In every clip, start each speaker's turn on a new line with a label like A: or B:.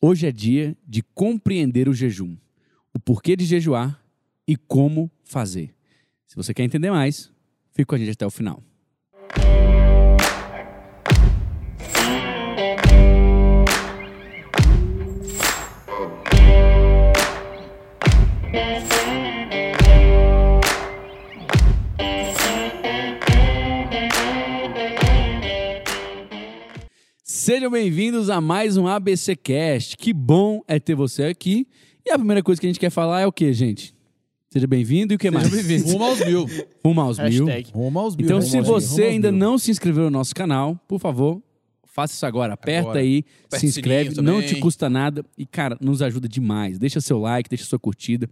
A: Hoje é dia de compreender o jejum, o porquê de jejuar e como fazer. Se você quer entender mais, fique com a gente até o final. Sejam bem-vindos a mais um ABC Cast. Que bom é ter você aqui. E a primeira coisa que a gente quer falar é o quê, gente? Seja bem-vindo e o que mais?
B: Rumo aos mil.
A: Rumo aos mil.
C: Hashtag.
B: Rumo aos mil.
A: Então,
B: rumo
A: se
B: aos mil, rumo
A: você
B: aos
A: ainda
B: mil.
A: não se inscreveu no nosso canal, por favor, faça isso agora. Aperta
B: Agora.
A: aí,
B: Aperta
A: se
B: o
A: inscreve,
B: sininho
A: não
B: também.
A: te custa nada e, cara, nos ajuda demais. Deixa seu like, deixa sua curtida,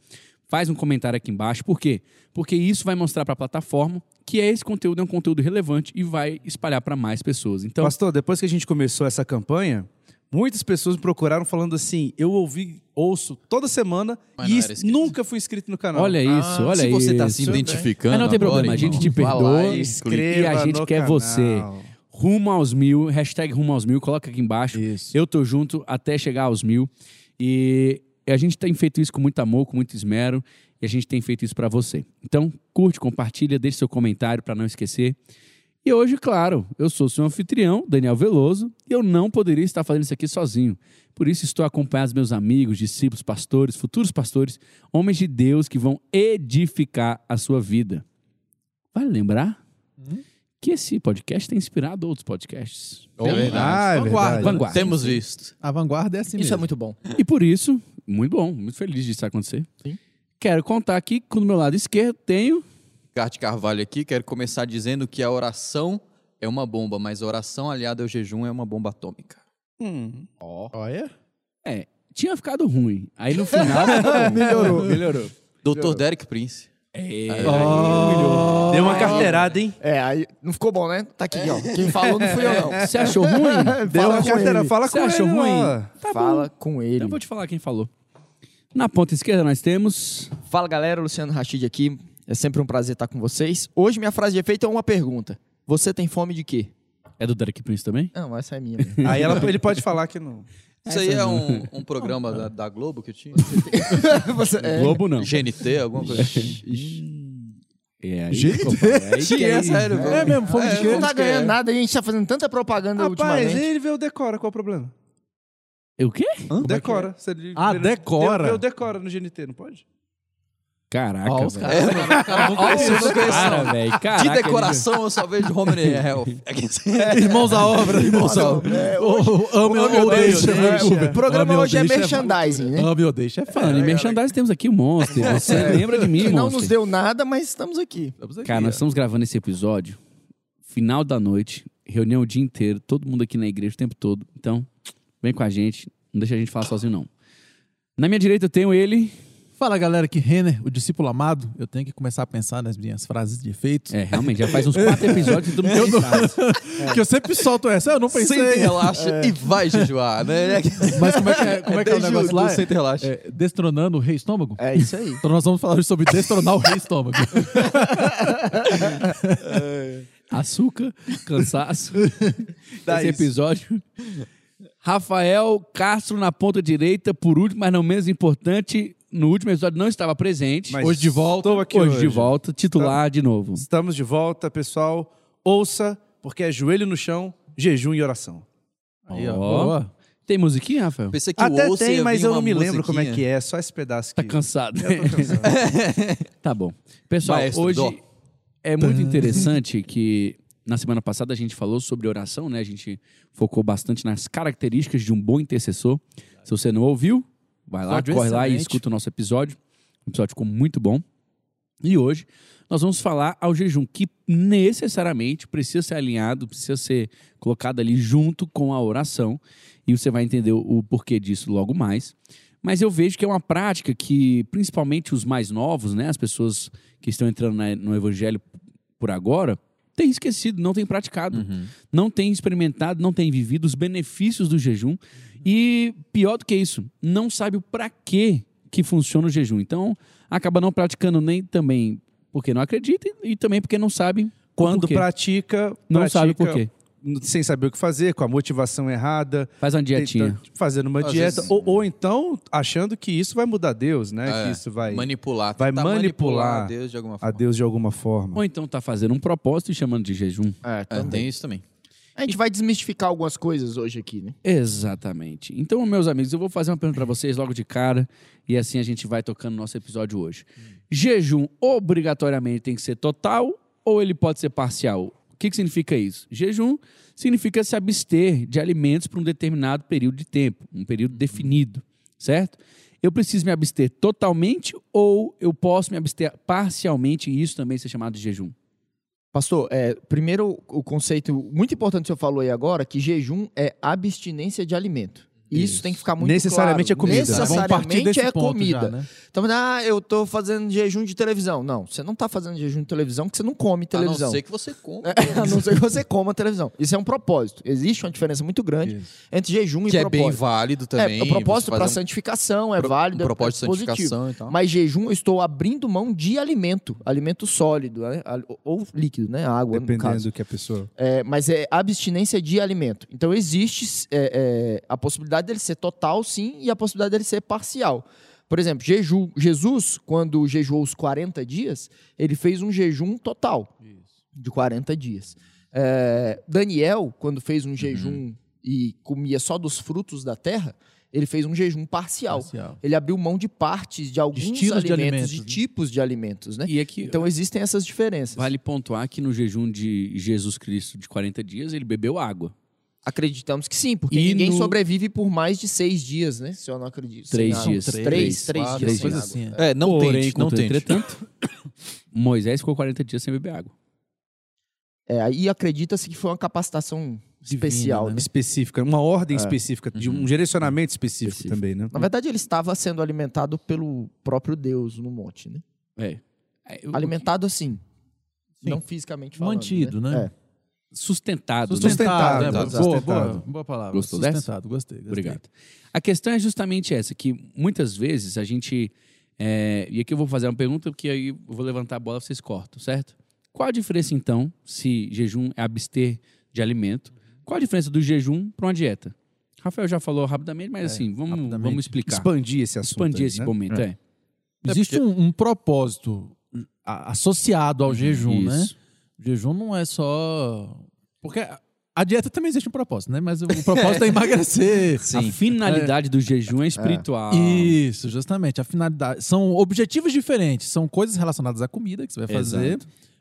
A: faz um comentário aqui embaixo. Por quê? Porque isso vai mostrar para a plataforma que esse conteúdo é um conteúdo relevante e vai espalhar para mais pessoas. Então,
C: Pastor, depois que a gente começou essa campanha, muitas pessoas me procuraram falando assim: eu ouvi, ouço toda semana
B: Mas
C: e
B: não era inscrito.
C: nunca fui inscrito no canal. Ah,
A: olha isso, olha
B: Ah, se
A: isso.
B: você tá se identificando.
A: Mas não tem
B: agora,
A: problema, a
B: irmão,
A: gente te
B: vá lá
A: perdoa.
B: e clica.
C: Inscreva
A: e a gente
C: no
A: quer
C: canal. É
A: você. Rumo aos mil, hashtag rumo aos mil, coloca aqui embaixo.
B: Isso.
A: Eu tô junto até chegar aos mil. E a gente tem feito isso com muito amor, com muito esmero. E a gente tem feito isso pra você. Então, curte, compartilha, deixe seu comentário pra não esquecer. E hoje, claro, eu sou seu anfitrião, Daniel Veloso, e eu não poderia estar fazendo isso aqui sozinho. Por isso, estou acompanhado dos meus amigos, discípulos, pastores, futuros pastores, homens de Deus que vão edificar a sua vida. Vale lembrar que esse podcast tem inspirado outros podcasts.
B: É verdade.
C: Ah, é
B: Vanguarda.
C: verdade.
A: Vanguarda.
B: Temos visto.
D: A vanguarda é assim
E: Isso é
D: mesmo.
E: muito bom.
A: E por isso, muito bom, muito feliz de isso acontecer.
B: Sim.
A: Quero contar aqui que do meu lado esquerdo tenho.
B: Carte Carvalho aqui, quero começar dizendo que a oração é uma bomba, mas a oração aliada ao jejum é uma bomba atômica.
C: Hum.
D: Olha.
A: Tinha ficado ruim. Aí no final. melhorou, melhorou.
B: Doutor Derek Prince.
A: É,
C: Oh. Deu uma carteirada, hein?
E: É, aí não ficou bom, né? Tá aqui, ó. Quem falou não fui eu, não.
A: Você achou ruim?
C: Deu uma
E: com
C: carteirada.
E: ele.
C: Fala
A: Você
C: com
A: achou
C: ele,
A: ruim?
C: ó.
A: Tá
E: Fala
A: bom.
E: com ele.
A: Eu vou te falar quem falou. Na ponta esquerda nós temos.
E: Fala galera, Luciano Rachid aqui. É sempre um prazer estar com vocês. Hoje minha frase de efeito é uma pergunta. Você tem fome de quê?
A: É do Derek Prince também?
E: Não, essa é minha. mesmo.
C: Aí ela- ele pode falar que não.
B: Isso aí é um, um programa da, da Globo que eu tinha?
E: Você- é.
A: Globo não.
B: GNT, alguma coisa?
A: É, aí,
D: Gente.
A: ficou bom. É aí que
B: Tinha,
A: aí-
B: sério.
D: É mesmo, fome de
B: É,
D: quê?
E: Não tá
B: que é.
E: ganhando nada, a gente tá fazendo tanta propaganda
C: Rapaz,
E: ultimamente.
C: ele vê o decora, qual o problema?
A: O quê?
C: Decora. Se ele-
D: Ah,
C: ele-
D: decora.
C: Vê o decora no GNT, não pode?
A: Caraca.
E: Ó, os
A: velho.
E: caras.
B: Olha isso, eu não conheço, não.
A: Cara, velho.
B: De
A: Caraca,
B: decoração eu só vejo Home and Health.
D: Irmãos à obra. Irmãos à obra. Ame ou deixa.
E: O programa hoje é merchandising, né?
D: Ame ou deixa. É fã.
A: Mano, e merchandising temos aqui o Monster. Você lembra de mim,
E: Que não
A: Monster?
E: nos deu nada, mas estamos aqui.
A: Cara, nós estamos gravando esse episódio, final da noite, reunião o dia inteiro, todo mundo aqui na igreja o tempo todo. Então, vem com a gente, não deixa a gente falar sozinho, não. Na minha direita eu tenho ele.
D: Fala galera, que Renner, o discípulo amado. Eu tenho que começar a pensar nas minhas frases de efeito.
A: É, realmente, já faz uns quatro episódios que tu não tem frase.
D: Que eu sempre solto essa. Eu não pensei.
B: Senta e relaxa e vai jejuar, né?
D: Mas como é que é, como é, que é o
B: Desde
D: negócio
B: do
D: lá?
B: senta e relaxa.
D: É, destronando o rei estômago?
E: É isso aí.
D: Então nós vamos falar hoje sobre destronar o rei estômago.
A: Açúcar, cansaço.
C: Dá
A: esse
C: isso.
A: episódio. Rafael Castro na ponta direita, por último, mas não menos importante, no último episódio não estava presente.
C: Mas
D: Hoje de volta.
C: Estou aqui
A: hoje,
C: hoje, Tá.
A: de volta, titular de novo.
C: Estamos de volta, pessoal. Ouça, porque é joelho no chão, jejum e oração.
B: Aí, ó.
A: Ó. Tem musiquinha, Rafael?
B: Pensei que
C: Até
B: o osso
C: tem,
B: ia
C: mas
B: vir
C: eu
B: uma
C: não me lembro como é
B: musiquinha.
C: que é, só esse pedaço
A: Tá
C: que
A: cansado.
C: cansado.
A: Tá bom. Pessoal,
B: Maestro,
A: hoje
B: dó.
A: é muito interessante que na semana passada a gente falou sobre oração, né? A gente focou bastante nas características de um bom intercessor. Se você não ouviu, vai lá,
D: Episódio
A: corre lá e
D: excelente.
A: escuta o nosso episódio. O episódio ficou muito bom. E hoje nós vamos falar ao jejum, que necessariamente precisa ser alinhado, precisa ser colocado ali junto com a oração. E você vai entender o porquê disso logo mais. Mas eu vejo que é uma prática que, principalmente os mais novos, né, as pessoas que estão entrando na- no evangelho por agora, têm esquecido, não têm praticado,
C: Uhum.
A: não têm experimentado, não têm vivido os benefícios do jejum. E pior do que isso, não sabe o para quê que funciona o jejum. Então, acaba não praticando nem também porque não acredita e, e também porque não sabe
C: Quando
A: por quê.
C: pratica,
A: Não
C: pratica
A: sabe por quê.
C: n- sem saber o que fazer, com a motivação errada,
A: Faz uma dietinha.
C: tentando, fazendo uma
B: Às
C: dieta,
B: vezes-
C: ou, ou então achando que isso vai mudar Deus, né?
B: É,
C: que isso vai
B: Manipular. Tu
C: vai
B: tá
C: manipular
B: a Deus de alguma
C: a
B: forma.
C: Deus de alguma forma.
A: Ou então tá fazendo um propósito e chamando de jejum.
E: É,
B: É,
E: também.
B: tem isso também.
E: A gente vai desmistificar algumas coisas hoje aqui, né?
A: Exatamente. Então, meus amigos, eu vou fazer uma pergunta pra vocês logo de cara e assim a gente vai tocando nosso episódio hoje. Jejum obrigatoriamente tem que ser total ou ele pode ser parcial? O que, que significa isso? Jejum significa se abster de alimentos por um determinado período de tempo, um período definido, certo? Eu preciso me abster totalmente ou eu posso me abster parcialmente e isso também ser chamado de jejum?
E: Pastor, é, primeiro o conceito muito importante que o senhor falou aí agora, que jejum é abstinência de alimento. Isso, tem que ficar muito
C: Necessariamente
E: claro.
C: é comida.
D: Tá, vamos partir
E: Necessariamente
D: desse
E: é
D: ponto
E: comida.
D: já, né?
E: Então, ah, eu tô fazendo jejum de televisão. Não, você não tá fazendo jejum de televisão porque você não come
B: A
E: televisão.
B: não ser que você compre.
E: É, a não ser que você coma televisão. Isso é um propósito. Existe uma diferença muito grande entre jejum e
B: Que é bem
E: um propósito.
B: válido também.
E: é, o propósito
B: você
E: para
B: fazer
E: santificação é
B: um, pro-
E: válido,
B: um propósito de
E: é positivo.
B: santificação e tal.
E: Mas jejum, eu estou abrindo mão de alimento, alimento sólido, né? Al- ou líquido, né? Água, no
C: Dependendo
E: caso.
C: do que a pessoa.
E: É, mas é abstinência de alimento. Então existe é, é, a possibilidade dele ser total, sim, e a possibilidade dele ser parcial. Por exemplo, jeju, Jesus, quando jejuou os 40 dias, ele fez um jejum total de 40 dias. É, Daniel, quando fez um jejum e comia só dos frutos da terra, ele fez um jejum parcial.
D: Parcial.
E: Ele abriu mão de partes de alguns
D: estilos de
E: alimentos, de,
D: alimentos, né?
E: tipos de alimentos, né?
A: E aqui,
E: Então existem essas diferenças.
A: vale pontuar que no jejum de Jesus Cristo de 40 dias ele bebeu água.
E: Acreditamos que sim, porque
A: E
E: ninguém
A: no-
E: sobrevive por mais de seis dias, né? Se eu não acredito. sem
A: Três
E: água.
A: dias.
E: Três,
A: Três,
E: três,
B: quatro,
E: dias. sem
D: Coisa
E: água.
D: assim. é.
B: É, não
A: Porém,
B: tente, não
A: contudo,
B: tente.
A: Entretanto, Moisés ficou 40 dias sem beber água.
E: É, aí acredita-se que foi uma capacitação
D: Divina,
E: especial.
D: né?
E: né?
C: Específica, uma ordem específica, de um direcionamento específico
A: Específico.
C: também, né?
E: Na verdade, ele estava sendo alimentado pelo próprio Deus no monte, né?
A: É. É, eu-
E: Alimentado assim.
D: Sim.
E: Não fisicamente falando.
D: Mantido, né?
E: É.
A: Sustentado. né?
C: Sustentado,
D: né?
C: exato.
D: Boa,
C: Sustentado.
D: boa, boa palavra.
A: Gostou dessa?
D: Sustentado, gostei, gostei.
A: Obrigado. A questão é justamente essa, que muitas vezes a gente... é, e aqui eu vou fazer uma pergunta, porque aí eu vou levantar a bola e vocês cortam, certo? Qual a diferença, então, se jejum é abster de alimento? Qual a diferença do jejum para uma dieta? Rafael já falou rapidamente, mas assim, vamos,
D: rapidamente.
A: vamos explicar.
C: Expandir esse assunto.
A: Expandir
C: aí,
A: esse
C: né?
A: momento, é.
D: Existe um, um propósito a- associado ao jejum, né?
A: Isso.
D: O jejum não é só. Porque a- a dieta também existe um propósito, né? Mas o propósito é emagrecer. Ah,
A: A finalidade do jejum é espiritual.
D: Isso, justamente. A finalidade. São objetivos diferentes. São coisas relacionadas à comida que você vai fazer,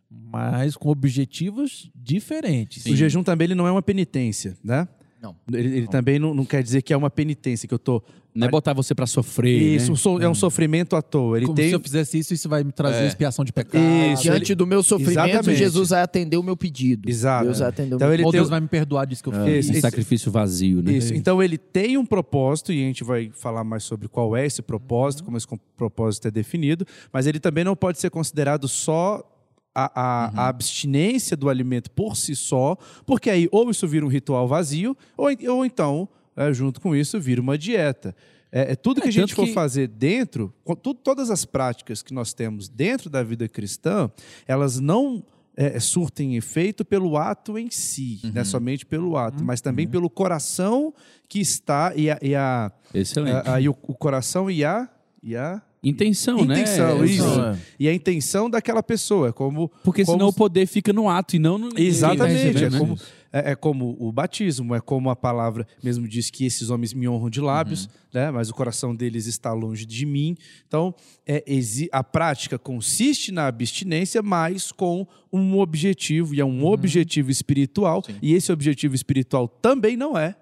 D: mas com objetivos diferentes.
C: O jejum também ele não é uma penitência, né?
E: Não.
C: Ele, ele também não, não quer dizer que é uma penitência, que eu tô.
A: Não é botar você pra sofrer,
C: Isso,
A: né?
C: um so- é um sofrimento à toa. Ele
D: Como
C: tem.
D: se eu fizesse isso, isso vai me trazer
B: É.
D: expiação de pecado.
C: Isso,
E: Diante do meu sofrimento,
C: Exatamente.
E: Jesus vai atender o meu pedido.
C: Exato.
E: Deus vai atender o
C: Então
E: meu
C: ele
D: Ou
C: tem.
D: Deus vai me perdoar disso que eu
A: Um
D: fiz.
C: Isso, isso.
A: sacrifício vazio, né?
C: Isso. Então ele tem um propósito, e a gente vai falar mais sobre qual é esse propósito, como esse com- propósito é definido, mas ele também não pode ser considerado só a, a- a abstinência do alimento por si só, porque aí ou isso vira um ritual vazio, ou, en- ou então, é, junto com isso, vira uma dieta. É, é tudo que a gente
A: tanto
C: for
A: que-
C: fazer dentro, co- tu- todas as práticas que nós temos dentro da vida cristã, elas não é, surtem efeito pelo ato em si, né?
A: Uhum.
C: somente pelo ato, mas também pelo coração que está e a, e a,
A: Excelente.
C: a- a- e o, o coração e a, e a
A: intenção, né?
C: intenção,
A: É,
C: isso.
A: é.
C: e a intenção daquela pessoa, é como
A: Porque
C: Como
A: senão
C: se-
A: o poder fica no ato e não no... Quem
C: Exatamente,
A: tá recebendo,
C: é
A: né?
C: como- É, é como o batismo, é como a palavra mesmo diz que esses homens me honram de lábios, né? mas o coração deles está longe de mim. Então, é, exi- a prática consiste na abstinência, mas com um objetivo, e é um objetivo espiritual,
B: Sim.
C: e esse objetivo espiritual também não é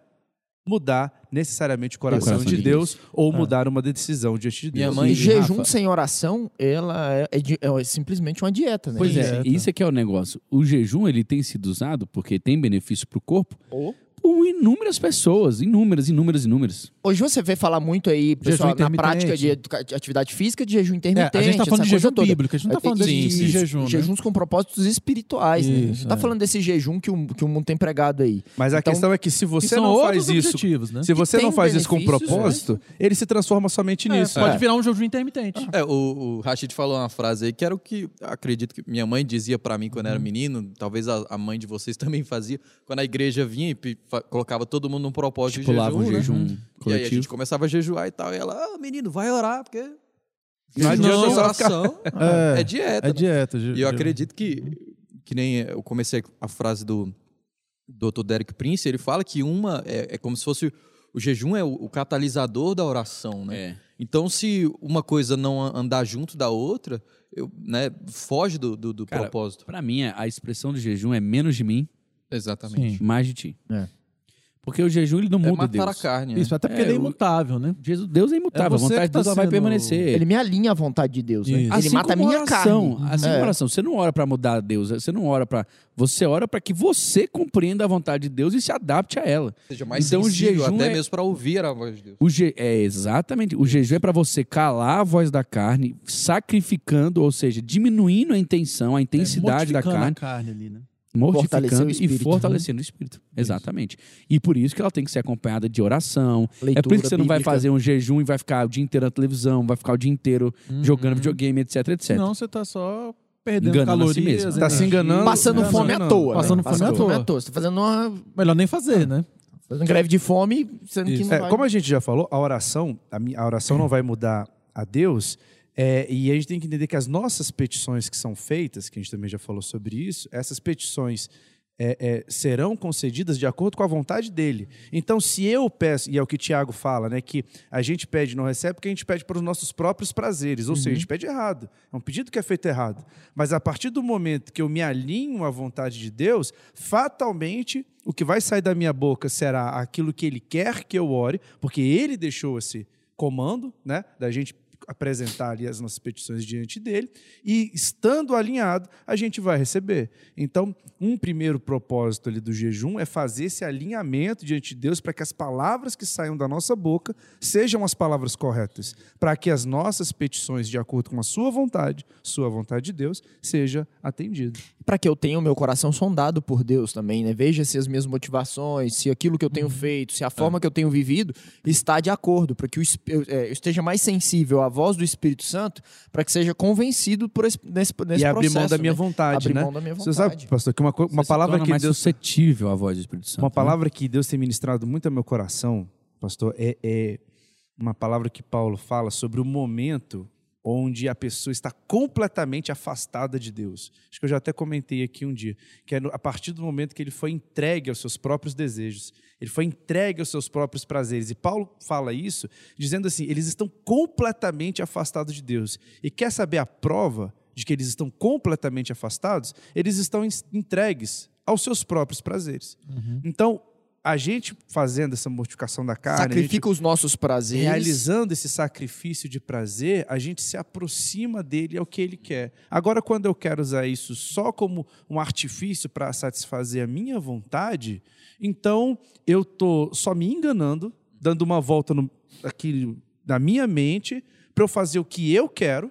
C: mudar necessariamente o coração,
A: coração
C: de
A: de
C: Deus, ou
D: Ah.
C: mudar uma decisão diante de
B: Minha
C: Deus.
B: mãe- Mãe,
E: E jejum
B: Rafa.
E: sem oração, ela é, é di- é simplesmente uma dieta, né?
A: Pois é,
D: Dieta.
A: isso é que é o negócio. O jejum, ele tem sido usado porque tem benefício pro corpo,
E: Ou-
A: por inúmeras pessoas, inúmeras, inúmeras, inúmeras.
E: Hoje você vê falar muito aí, pessoal, na
D: intermitente.
E: prática de educa- de atividade física, de jejum intermitente,
D: a gente tá falando
E: essa
D: de
E: coisa
D: jejum
E: toda.
D: bíblico, a gente não tá falando
E: Sim,
D: de,
E: sim,
D: de jejum, né?
E: Jejuns com propósitos espirituais, né?
D: Isso,
E: Não tá
D: é.
E: falando desse jejum que o, que o mundo tem pregado aí.
C: Mas a
E: Então,
C: questão é que se você
D: Que são
C: não faz
D: outros
C: isso,
D: objetivos, né?
C: se você
E: tem
C: não faz isso com
E: benefícios,
C: propósito, ele se transforma somente
D: É,
C: nisso.
D: Pode
C: É.
D: virar um jejum intermitente.
B: É, o, o Rashid falou uma frase aí que era o que acredito que minha mãe dizia pra mim quando era menino, talvez a, a mãe de vocês também fazia, quando a igreja vinha e pe- fa- colocava todo mundo num propósito
A: Pulava um
B: de jejum. né?
A: jejum
B: E aí a gente
A: coletivo.
B: começava a jejuar e tal. E ela, ah, menino, vai orar, porque
C: Não
B: jejum
C: adianta
B: sem
C: só ficar-
B: oração
D: É.
B: é, dieta.
D: É dieta. je-
B: E eu
D: jejum.
B: acredito que, que nem eu comecei a frase do Dr. Derek Prince, ele fala que uma é, é como se fosse o jejum é o, o catalisador da oração, né?
A: É.
B: Então, se uma coisa não a- andar junto da outra, eu, né, foge do, do, do
A: Cara,
B: propósito.
A: Pra mim, a expressão do jejum é menos de mim,
B: Exatamente.
A: mais de ti.
E: É.
A: Porque o jejum ele não
B: É
A: muda
B: matar
A: Deus.
B: a carne. né?
D: Isso, até porque
A: É,
D: ele é
A: o-
D: imutável, né?
A: Jesus, Deus é imutável,
D: É
A: a
D: você
A: vontade
D: que tá
A: de Deus ela vai
D: sendo-
A: permanecer.
E: Ele me alinha à vontade de Deus, né?
D: Isso.
E: Ele
A: Assim
E: mata a
A: como
E: minha
A: oração,
E: carne.
A: Assim
E: É.
A: como oração, você não ora pra mudar Deus, você não ora pra. você ora pra que você compreenda a vontade de Deus e se adapte a ela.
B: Seja mais
A: Então, o
B: sensível,
A: jejum
B: até
A: é-
B: mesmo para ouvir a voz de Deus.
A: O je- É exatamente. O jejum é pra você calar a voz da carne, sacrificando, ou seja, diminuindo a intenção, a intensidade da
D: Mortificando a
A: carne,
D: carne ali, né?
E: Fortalecer o
A: mortificando e
E: espírito, né?
A: fortalecendo o espírito. Exatamente. E por isso que ela tem que ser acompanhada de oração.
E: Leitura
A: é por isso que você não vai
E: bíblica.
A: fazer um jejum e vai ficar o dia inteiro na televisão, vai ficar o dia inteiro
E: Uhum.
A: jogando videogame, etc, etc.
D: Senão você tá só perdendo
A: Enganando a si
D: calorias. né?
A: mesmo.
C: Tá se enganando.
E: Passando
C: Não,
E: fome
C: não,
E: à
C: não.
E: toa. né?
D: Passando fome à toa.
E: Você tá fazendo uma
D: Melhor nem fazer, né?
E: fazendo greve de fome, sendo que
D: Isso.
E: não
C: É,
E: vai...
C: como a gente já falou, a oração, a, mi- a oração não vai mudar a Deus. é, e a gente tem que entender que as nossas petições que são feitas, que a gente também já falou sobre isso, essas petições é, é, serão concedidas de acordo com a vontade dele. Então, se eu peço, e é o que o Tiago fala, né, que a gente pede e não recebe porque a gente pede para os nossos próprios prazeres, ou seja,
E: Uhum.
C: a gente pede errado. É um pedido que é feito errado. Mas a partir do momento que eu me alinho à vontade de Deus, fatalmente o que vai sair da minha boca será aquilo que ele quer que eu ore, porque ele deixou esse comando, né, da gente apresentar ali as nossas petições diante dele e estando alinhado, a gente vai receber. Então, um primeiro propósito ali do jejum é fazer esse alinhamento diante de Deus para que as palavras que saiam da nossa boca sejam as palavras corretas, para que as nossas petições de acordo com a sua vontade, sua vontade de Deus, seja atendida.
E: para que eu tenha o meu coração sondado por Deus também, né? Veja se as minhas motivações, se aquilo que eu
C: Uhum.
E: tenho feito,
C: É.
E: se a forma que eu tenho vivido está de acordo, para que eu, eu, é, eu esteja mais sensível à voz do Espírito Santo, para que seja convencido por esse, nesse, nesse
C: e
E: processo.
C: abrir mão da minha
E: né?
C: vontade,
E: Abrir
C: né?
E: mão da minha
C: Você sabe,
E: vontade.
C: pastor, que uma, co- uma
A: Você se
C: palavra
A: torna
C: que
A: mais
C: Deus
A: suscetível à voz do Espírito Santo.
C: Uma
A: né?
C: palavra que Deus tem ministrado muito ao meu coração, pastor, é, é uma palavra que Paulo fala sobre o momento onde a pessoa está completamente afastada de Deus. Acho que eu já até comentei aqui um dia, que é no- a partir do momento que ele foi entregue aos seus próprios desejos, ele foi entregue aos seus próprios prazeres. E Paulo fala isso dizendo assim: eles estão completamente afastados de Deus. E quer saber a prova de que eles estão completamente afastados? Eles estão en- entregues aos seus próprios prazeres. Então, a gente fazendo essa mortificação da carne, a gente
E: Sacrifica os nossos prazeres.
C: realizando esse sacrifício de prazer, a gente se aproxima dele, é o que ele quer. Agora, quando eu quero usar isso só como um artifício para satisfazer a minha vontade, então eu tô só me enganando, dando uma volta no- aqui na minha mente para eu fazer o que eu quero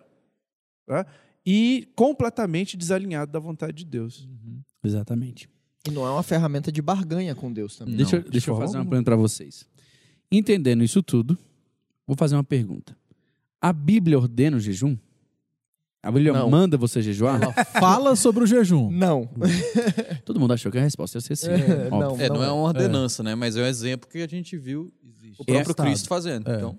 C: tá? e completamente desalinhado da vontade de Deus.
A: Exatamente.
E: E não é uma ferramenta de barganha com Deus também.
A: Deixa,
B: Não,
A: eu- deixa eu
C: forma
A: fazer uma
C: alguma.
A: pergunta para vocês. Entendendo isso tudo, vou fazer uma pergunta. A Bíblia ordena o jejum? A Bíblia
E: Não.
A: manda você jejuar?
D: Ela fala sobre o jejum.
E: Não.
A: Todo mundo achou que a resposta ia ser sim.
E: É,
A: óbvio.
E: não.
B: É, não é uma ordenança, né? Mas é um exemplo que a gente viu o
A: É
B: próprio
A: estado.
B: Cristo fazendo. Então,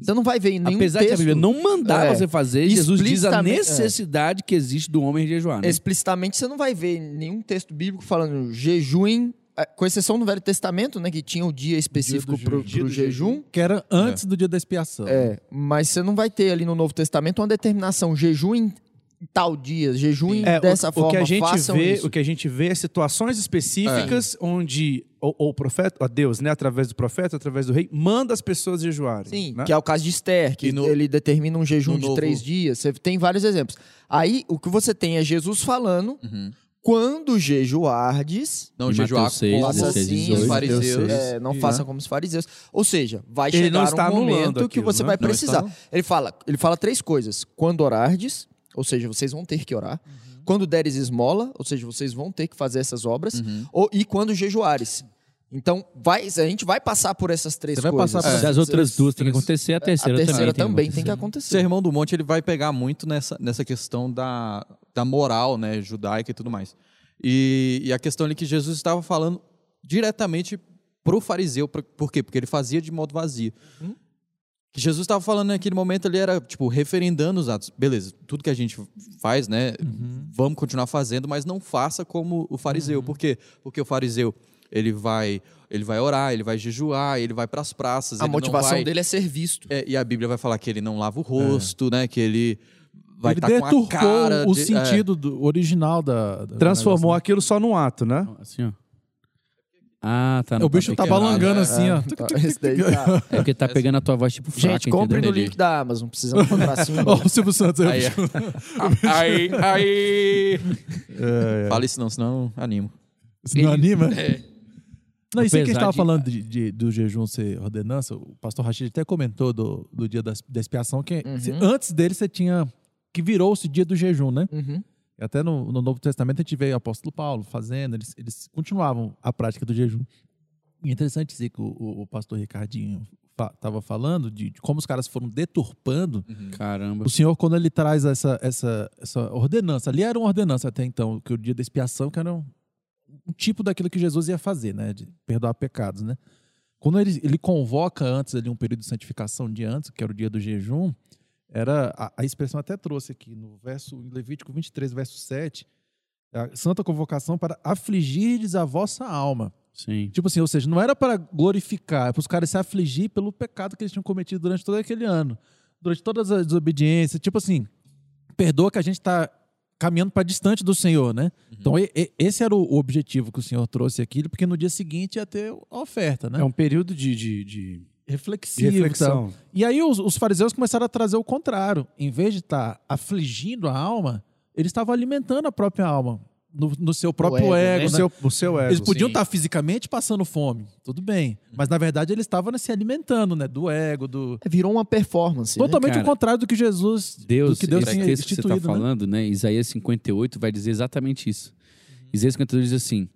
E: Você não vai ver em nenhum
A: Apesar de a
E: texto
A: Bíblia não mandar
E: É.
A: você fazer, Jesus diz a
E: Explicitamente- é.
A: necessidade que existe do homem jejuar. Né?
E: explicitamente você não vai ver nenhum texto bíblico falando jejuem, eh, com exceção do Velho Testamento, né, que tinha o dia específico para o jejum.
D: Que era antes do dia da expiação.
E: É, mas você não vai ter ali no Novo Testamento uma determinação jejuem tal dia, jejuem
C: É, o-
E: dessa
C: o,
E: forma,
C: que a gente
E: façam
C: vê,
E: isso.
C: o que a gente vê é situações específicas
D: É.
C: onde ou, ou o profeta, a Deus, né, através do profeta, através do rei, manda as pessoas jejuarem.
E: Sim,
C: né?
E: que é o caso de Esther, que
B: E no-
E: ele determina um jejum
B: no
E: de
B: Novo-
E: três dias. Você tem vários exemplos. Aí o que você tem é Jesus falando Quando jejuardes,
B: Não
A: Mateus
B: jejuar
A: seis,
B: como
E: faça
A: dezesseis,
E: assim,
A: dezoito,
E: os
B: fariseus.
E: fariseus, é, não
B: E,
E: faça como os fariseus. Ou seja, vai
C: Ele não
E: chegar
C: está
E: um momento
C: anulando
E: que
C: aquilo,
E: você
C: né?
E: vai
B: Não,
E: precisar.
B: está-
E: Ele fala, ele fala três coisas: quando orardes, ou seja, vocês vão ter que orar. Quando deres esmola, ou seja, vocês vão ter que fazer essas obras. Ou, e quando jejuares. Então, vai, a gente vai passar por essas três
D: Você vai
E: coisas.
D: passar por-
A: Se É. as outras duas têm que acontecer, a
E: A
A: terceira,
E: terceira
A: também, né?
E: também tem que acontecer.
B: Sermão do Monte ele vai pegar muito nessa, nessa questão da, da moral né, judaica e tudo mais. E, e a questão ali que Jesus estava falando diretamente pro fariseu. pra- por quê? Porque ele fazia de modo vazio.
E: Uhum.
B: Que Jesus estava falando naquele momento ele era, tipo, referendando os atos. Beleza, tudo que a gente faz, né?
E: Uhum.
B: Vamos continuar fazendo, mas não faça como o fariseu. Por quê? Porque o fariseu, ele vai, ele vai orar, ele vai jejuar, ele vai para as praças.
E: A
B: ele não
E: motivação
B: vai-
E: dele é ser visto.
B: é, e a Bíblia vai falar que ele não lava o rosto, né? Que ele vai
D: ele
B: estar com
D: deturpou
B: a cara
D: o
B: de- é,
D: sentido do- original da. da-
C: Transformou
D: da-
C: aquilo só num ato, né?
A: Assim, ó. Ah, tá.
D: O bicho tá
A: pegando.
D: balangando
B: É,
D: assim, ó.
E: Tá, esse daí tá.
A: É porque tá pegando a tua voz tipo fraca,
E: Gente, compre no
A: entendeu?
E: link da Amazon. Precisamos comprar assim.
D: Ó, o Silvio Santos tá. aí.
B: Aí, é. aí, aí. Fala isso não, senão eu animo.
D: Isso não anima? Não, isso aí que
A: É.
D: a gente
A: Apesar
D: tava
A: de-
D: falando de, de- do jejum ser ordenança, o pastor Rachid até comentou do, do dia da, da expiação, que
A: Uhum.
D: se- antes dele você tinha. que virou-se dia do jejum, né?
E: Uhum.
D: E Até no, no Novo Testamento a gente vê o apóstolo Paulo fazendo, eles, eles continuavam a prática do jejum. E é interessante dizer que o, o- o pastor Ricardinho estava falando de, de como os caras foram deturpando.
A: Caramba.
D: O senhor, quando ele traz essa, essa, essa ordenança, ali era uma ordenança até então, que o dia da expiação, que era um, um tipo daquilo que Jesus ia fazer, né? De perdoar pecados, né? Quando ele, ele convoca antes ali um período de santificação de antes, que era o dia do jejum, era a, a expressão até trouxe aqui no verso em Levítico 23, verso 7, a santa convocação para afligirdes a vossa alma.
A: Sim.
D: Tipo assim, ou seja, não era para glorificar, é para os caras se afligir pelo pecado que eles tinham cometido durante todo aquele ano, durante todas as desobediências. Tipo assim, perdoa que a gente está caminhando para distante do Senhor, né?
E: Uhum.
D: Então, e- e- esse era o objetivo que o Senhor trouxe aqui, porque no dia seguinte ia ter a oferta, né?
C: É um período de, de, de- de
E: então.
D: reflexivo. e tal.
C: reflexão.
D: E aí os, os fariseus começaram a trazer o contrário. Em vez de estar afligindo a alma, eles estavam alimentando a própria alma. No, no seu
E: ego,
D: próprio
E: né?
D: ego,
C: O
D: né?
C: seu, o seu ego.
D: Eles podiam
B: sim.
D: estar fisicamente passando fome, tudo bem. Mas na verdade eles estavam né, se alimentando, né? Do ego, do.
E: É, Virou uma performance. né?
D: Totalmente
A: cara?
D: o contrário do que Jesus.
A: Deus,
D: do que Deus
A: esse
D: tinha
A: texto que você
D: instituído.
A: está
D: né?
A: falando, né? Isaías 58 vai dizer exatamente isso.
D: Uhum.
A: Isaías 58 diz assim: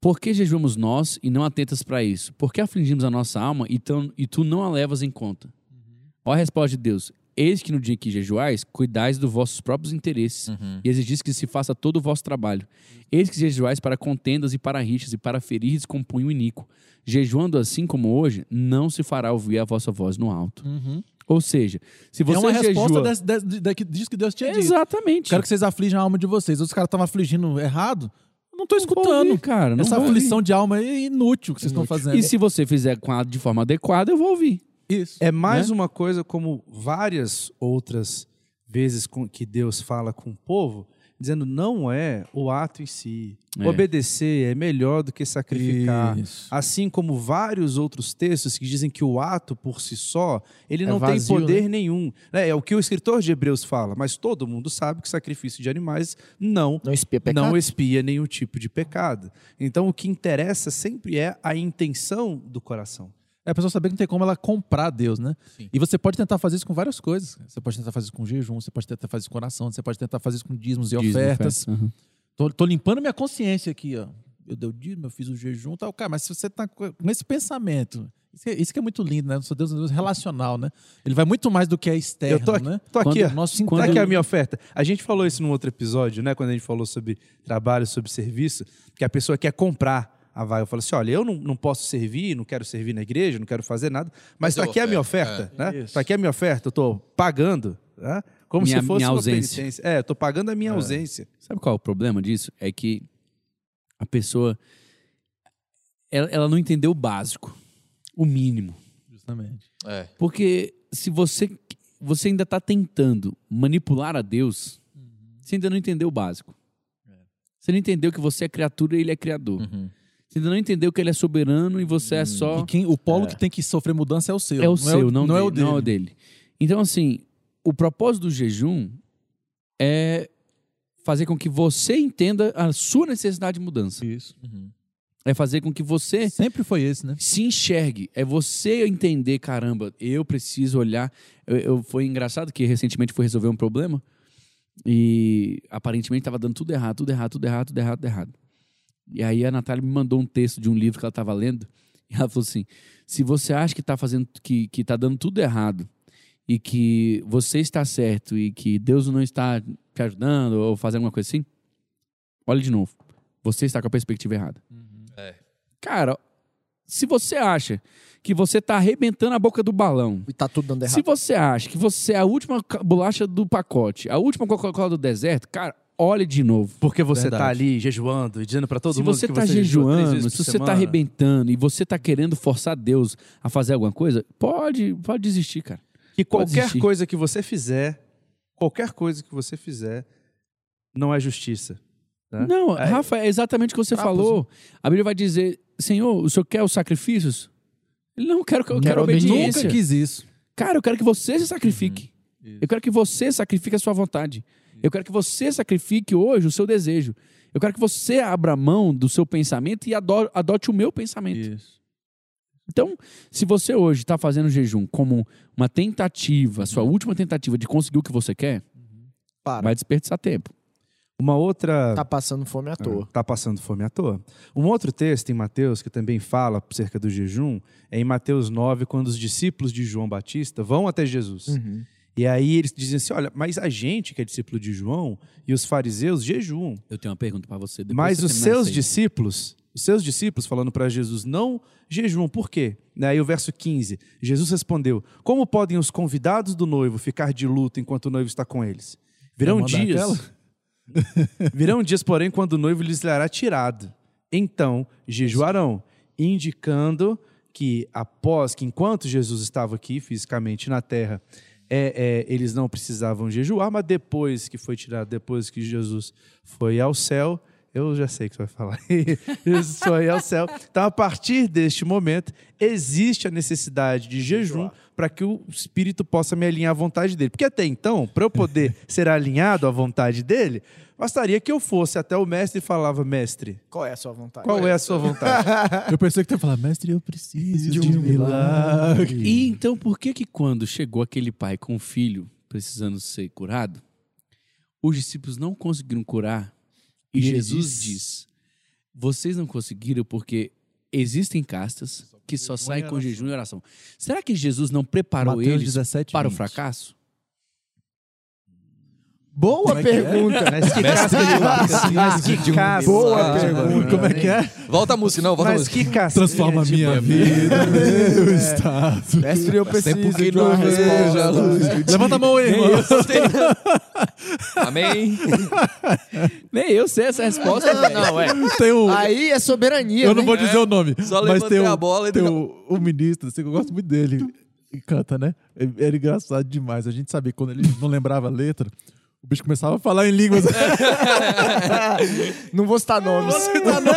A: Por que jejuamos nós e não atentas para isso? Por que afligimos a nossa alma e, tão- e tu não a levas em conta?
D: Uhum.
A: Olha a resposta de Deus: Eis que no dia em que jejuais, cuidais dos vossos próprios interesses
D: Uhum.
A: e exigis que se faça todo o vosso trabalho. Eis que jejuais para contendas e para rixas e para ferir com punho iníquo. Jejuando assim como hoje, não se fará ouvir a vossa voz no alto.
D: Uhum.
A: Ou seja, se você
D: é uma
A: jejua...
D: resposta desse, desse- de- daqui- disso que Deus tinha dito.
A: Exatamente.
D: Quero que vocês afligam a alma de vocês. Os caras estavam afligindo errado. eu Não estou
A: Vou
D: escutando.
A: ouvir, cara. não
D: Essa né?
A: vou
D: aflição de alma é inútil que vocês estão
A: ouvir.
D: fazendo.
A: E se você fizer com a- de forma adequada, eu vou ouvir.
D: Isso.
C: É mais
D: Né?
C: uma coisa como várias outras vezes com- que Deus fala com o povo, dizendo não é o ato em si.
A: É.
C: Obedecer é melhor do que sacrificar.
D: Isso.
C: Assim como vários outros textos que dizem que o ato por si só, ele
D: É
C: não
D: vazio,
C: tem poder nenhum. É, é o que o escritor de Hebreus fala, mas todo mundo sabe que o sacrifício de animais não
E: Não espia pecado.
C: não expia nenhum tipo de pecado. Então o que interessa sempre é a intenção do coração.
D: É a pessoa saber que não tem como ela comprar Deus, né?
B: Sim.
D: E você pode tentar fazer isso com várias coisas. Você pode tentar fazer isso com jejum, você pode tentar fazer isso com oração, você pode tentar fazer isso com dízimos e
A: Dízimo,
D: ofertas.
A: oferta. Uhum.
D: Tô, tô limpando minha consciência aqui, ó. Eu dei o dízimo, eu fiz o jejum e tal. Cara, mas se você tá com com esse pensamento, isso que, é- isso que é muito lindo, né? Nosso Deus é um Deus relacional, né? Ele vai muito mais do que é externo,
C: Eu tô aqui,
D: né?
C: tô aqui,
A: Quando-
C: ó.
D: O nosso
C: Tá
D: interno.
C: aqui a minha oferta. A gente falou isso num outro episódio, né? Quando a gente falou sobre trabalho, sobre serviço, que a pessoa quer comprar a vaga. Eu falo assim: olha, eu não, não posso servir, não quero servir na igreja, não quero fazer nada,
B: Mas
C: mas tá
B: eu
C: aqui a minha
B: oferto,
C: oferta, né?
D: Isso.
C: Tá aqui a minha oferta, eu tô pagando, né? Como
A: Minha-
C: se fosse
A: minha
C: uma
A: ausência.
C: penitência. É, eu tô pagando a minha ausência.
A: Sabe qual é o problema disso? É que a pessoa... Ela, ela não entendeu o básico. O mínimo.
D: Justamente.
B: É.
A: Porque se você, você ainda está tentando manipular a Deus,
D: Uhum.
A: você ainda não entendeu o básico.
D: É.
A: Você não entendeu que você é criatura e ele é
D: Hum.
A: criador.
B: Uhum.
A: Você ainda não entendeu que ele é soberano e você é só...
D: E quem, o polo que tem que sofrer mudança é o seu.
A: É o
D: não
A: seu, não,
D: não
A: dele,
D: é o dele.
A: não é o dele. Então, assim, o propósito do jejum é fazer com que você entenda a sua necessidade de mudança.
D: Isso.
A: É fazer com que você
D: Sempre foi esse, né?
A: se enxergue. É você entender, caramba, eu preciso olhar. Eu, eu- foi engraçado que recentemente fui resolver um problema e aparentemente estava dando tudo errado, tudo errado, tudo errado, tudo errado, tudo errado. E aí a Natália me mandou um texto de um livro que ela estava lendo e ela falou assim: se você acha que está fazendo, que, que tá dando tudo errado e que você está certo e que Deus não está te ajudando ou fazendo alguma coisa assim, olha de novo. Você está com a perspectiva errada.
C: É.
A: Cara, se você acha que você tá arrebentando a boca do balão,
E: E tá tudo dando errado.
A: se você acha que você é a última ca- bolacha do pacote, a última Coca-Cola do deserto, cara, olhe de novo.
C: Porque você
B: Verdade.
C: tá ali jejuando e dizendo pra todo
A: se
C: mundo
A: você
C: que
A: tá
C: você jejua três
A: jejuando,
C: vezes
A: se
C: por
A: você tá
C: semana.
A: arrebentando e você tá querendo forçar Deus a fazer alguma coisa, pode, pode desistir, cara.
C: Que qualquer
A: desistir.
C: coisa que você fizer, qualquer coisa que você fizer, não é justiça. né?
A: Não,
C: É.
A: Rafa, é né? exatamente o que você
C: Ah,
A: falou. A Bíblia vai dizer: Senhor, o senhor quer os sacrifícios? Ele não quero que eu quero
D: Nunca
A: obediência.
D: quis isso.
A: Cara, eu quero que você se sacrifique. Eu quero que você sacrifique a sua vontade. Eu quero que você sacrifique hoje o seu desejo. Eu quero que você abra mão do seu pensamento e ado- adote o meu pensamento.
B: Isso.
A: Então, se você hoje está fazendo jejum como uma tentativa, sua última tentativa de conseguir o que você quer,
E: Para.
A: vai desperdiçar tempo.
C: Uma outra.
E: Tá passando fome à toa.
C: Tá passando fome à toa. Um outro texto em Mateus que também fala acerca do jejum é em Mateus 9, quando os discípulos de João Batista vão até Jesus.
D: É.
E: Uhum.
C: E aí eles dizem assim: olha, mas a gente que é discípulo de João e os fariseus jejuam.
A: Eu tenho uma pergunta para você.
C: Mas os seus discípulos, os seus discípulos falando para Jesus, não jejuam. Por quê? Né, Aí o verso 15, Jesus respondeu: Como podem os convidados do noivo ficar de luto enquanto o noivo está com eles? Virão
D: Vou mandar
C: dias. Virão dias, porém, quando o noivo lhes será tirado. Então jejuarão, indicando que após que enquanto Jesus estava aqui fisicamente na terra, é, é, eles não precisavam jejuar, mas depois que foi tirado, depois que Jesus foi ao céu, eu já sei o que você vai falar. Jesus foi ao céu. Então, a partir deste momento, existe a necessidade de jejum para que o espírito possa me alinhar à vontade dele. Porque até então, para eu poder ser alinhado à vontade dele, bastaria que eu fosse até o mestre e falava: Mestre,
E: Qual é a sua vontade?
C: qual é a sua vontade?
D: Eu pensei que tu ia falar, mestre, eu preciso de um, milagre.
A: E então, por que que quando chegou aquele pai com o filho precisando ser curado, os discípulos não conseguiram curar? E,
D: E ele
A: Jesus
D: diz-
A: diz: Vocês não conseguiram porque existem castas que só saem com jejum e oração. Será que Jesus não preparou
D: Mateus
A: eles
D: 17,
A: para o
D: 20.
A: fracasso?
E: Boa
D: Como é que é?
E: pergunta.
C: Mas que casca né? de um latas. Mas que casca. Ah,
E: Boa pergunta.
D: Como é que é?
B: Volta a música, não, volta a
C: Mas
B: música.
C: que casca.
D: Transforma a minha vida, um meu estado.
E: Mestre, eu
C: é
D: é,
B: Sempre
E: preciso
B: que
E: de uma
B: não vejo a
E: resposta.
B: luz.
D: Levanta a mão aí, irmão.
B: Amém.
A: Nem eu sei essa resposta.
E: Não, é.
D: Tem um,
E: Aí é soberania,
D: eu não
E: né?
D: vou dizer o nome,
B: Só
D: mas tem
B: levantei
D: um,
B: a bola e
D: tem um, um ministro, assim, que eu gosto muito dele, e canta, né? Ele- Era engraçado demais. A gente sabia, que quando ele não lembrava a letra, o bicho começava a falar em línguas.
E: Não vou citar nomes.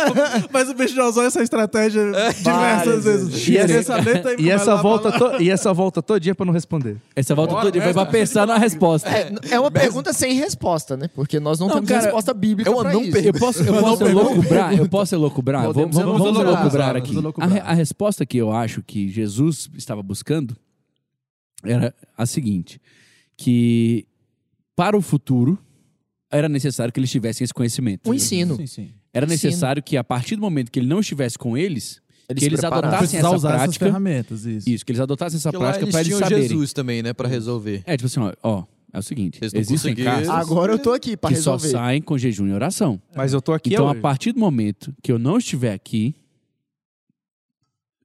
D: mas o bicho já usou essa estratégia diversas
E: Várias
D: vezes.
E: vezes.
D: E essa letra aí
C: É. E essa,
D: vai lá,
C: volta to- e essa volta todinha pra não responder.
A: Essa volta toda foi para pensar na resposta.
E: né? É, é uma pergunta sem resposta, né? Porque nós não,
A: Não,
E: temos
A: cara,
E: resposta bíblica
D: é
B: eu
E: pra
B: não
E: isso.
B: pergunto.
A: Eu posso, eu posso loucubrar? Eu posso loucubrar? Vamos,
E: Podemos
A: vamos, vamos
E: loucubrar.
A: loucubrar
D: Vamos
A: Tá aqui. A,
D: loucubrar.
A: re- a resposta que eu acho que Jesus estava buscando era a seguinte: que para o futuro era necessário que eles tivessem esse conhecimento.
E: O Um ensino.
D: Sim, sim.
A: Era
E: ensino.
A: necessário que a partir do momento que ele não estivesse com eles,
E: Eles
A: que eles
E: prepararam.
A: adotassem
D: Precisar
A: essa
D: usar essas
A: prática.
D: ferramentas, isso.
A: Isso, que eles adotassem essa
B: Porque lá
A: prática
B: eles
A: para eles
B: tinham
A: saberem.
B: Jesus também, né, pra resolver.
A: É tipo assim, ó, ó, é o seguinte:
B: Vocês não
A: existem
B: conseguiram.
A: castas
E: Agora eu tô aqui pra
A: que só
E: resolver.
A: saem com jejum e oração.
C: Mas eu tô aqui
A: Então, a
C: hoje.
A: partir do momento que eu não estiver aqui.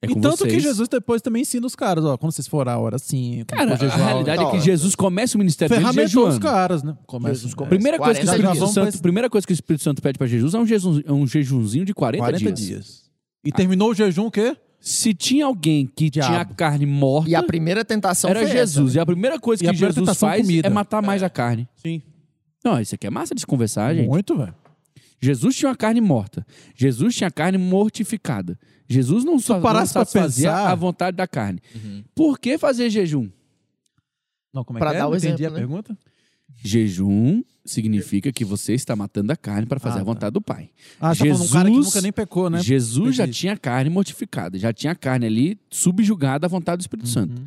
A: É
D: e
A: com
D: tanto
A: vocês.
D: que Jesus depois também ensina os caras, ó, quando vocês forem a hora assim, é sim.
A: Cara, a realidade é que
E: hora.
A: Jesus começa o ministério dele
D: ferramentou os
A: jejuando.
D: caras, né? Começa,
E: Jesus
D: é.
E: começa.
A: Primeira coisa, que o
E: 40
A: Espírito
D: dias.
A: Santo, primeira coisa que o Espírito Santo pede para Jesus é um, jejum, é um jejumzinho de 40,
D: 40
A: dias.
D: dias. E terminou o jejum o quê?
A: Se tinha alguém que tinha a
D: Diabo.
A: carne morta,
E: E a primeira tentação
A: era
E: foi
A: Jesus. E a primeira coisa
D: né? E
A: que
D: a primeira
A: Jesus
D: tentação,
A: faz
D: comida.
A: é matar mais a carne.
D: Sim.
A: Não, isso aqui é massa de se conversar, gente.
D: Muito, velho.
A: Jesus tinha uma carne morta. Jesus tinha a carne mortificada. Jesus não, só, não
D: parasse pra
A: satisfazia
D: pensar- Uhum.
A: a vontade da carne. Por que fazer jejum?
D: Não, como é
E: Pra
D: que
E: dar
D: é?
E: o
D: Não entendi
E: exemplo,
D: a
E: né?
D: pergunta.
A: Jejum significa que você está matando a carne para fazer
D: Ah,
A: a
D: tá.
A: vontade do Pai.
D: Ah, você tá falando um cara que
A: Jesus-
D: nunca nem pecou, né?
A: Jesus já
D: Entendi.
A: tinha a carne mortificada, já tinha a carne ali subjugada à vontade do Espírito Santo.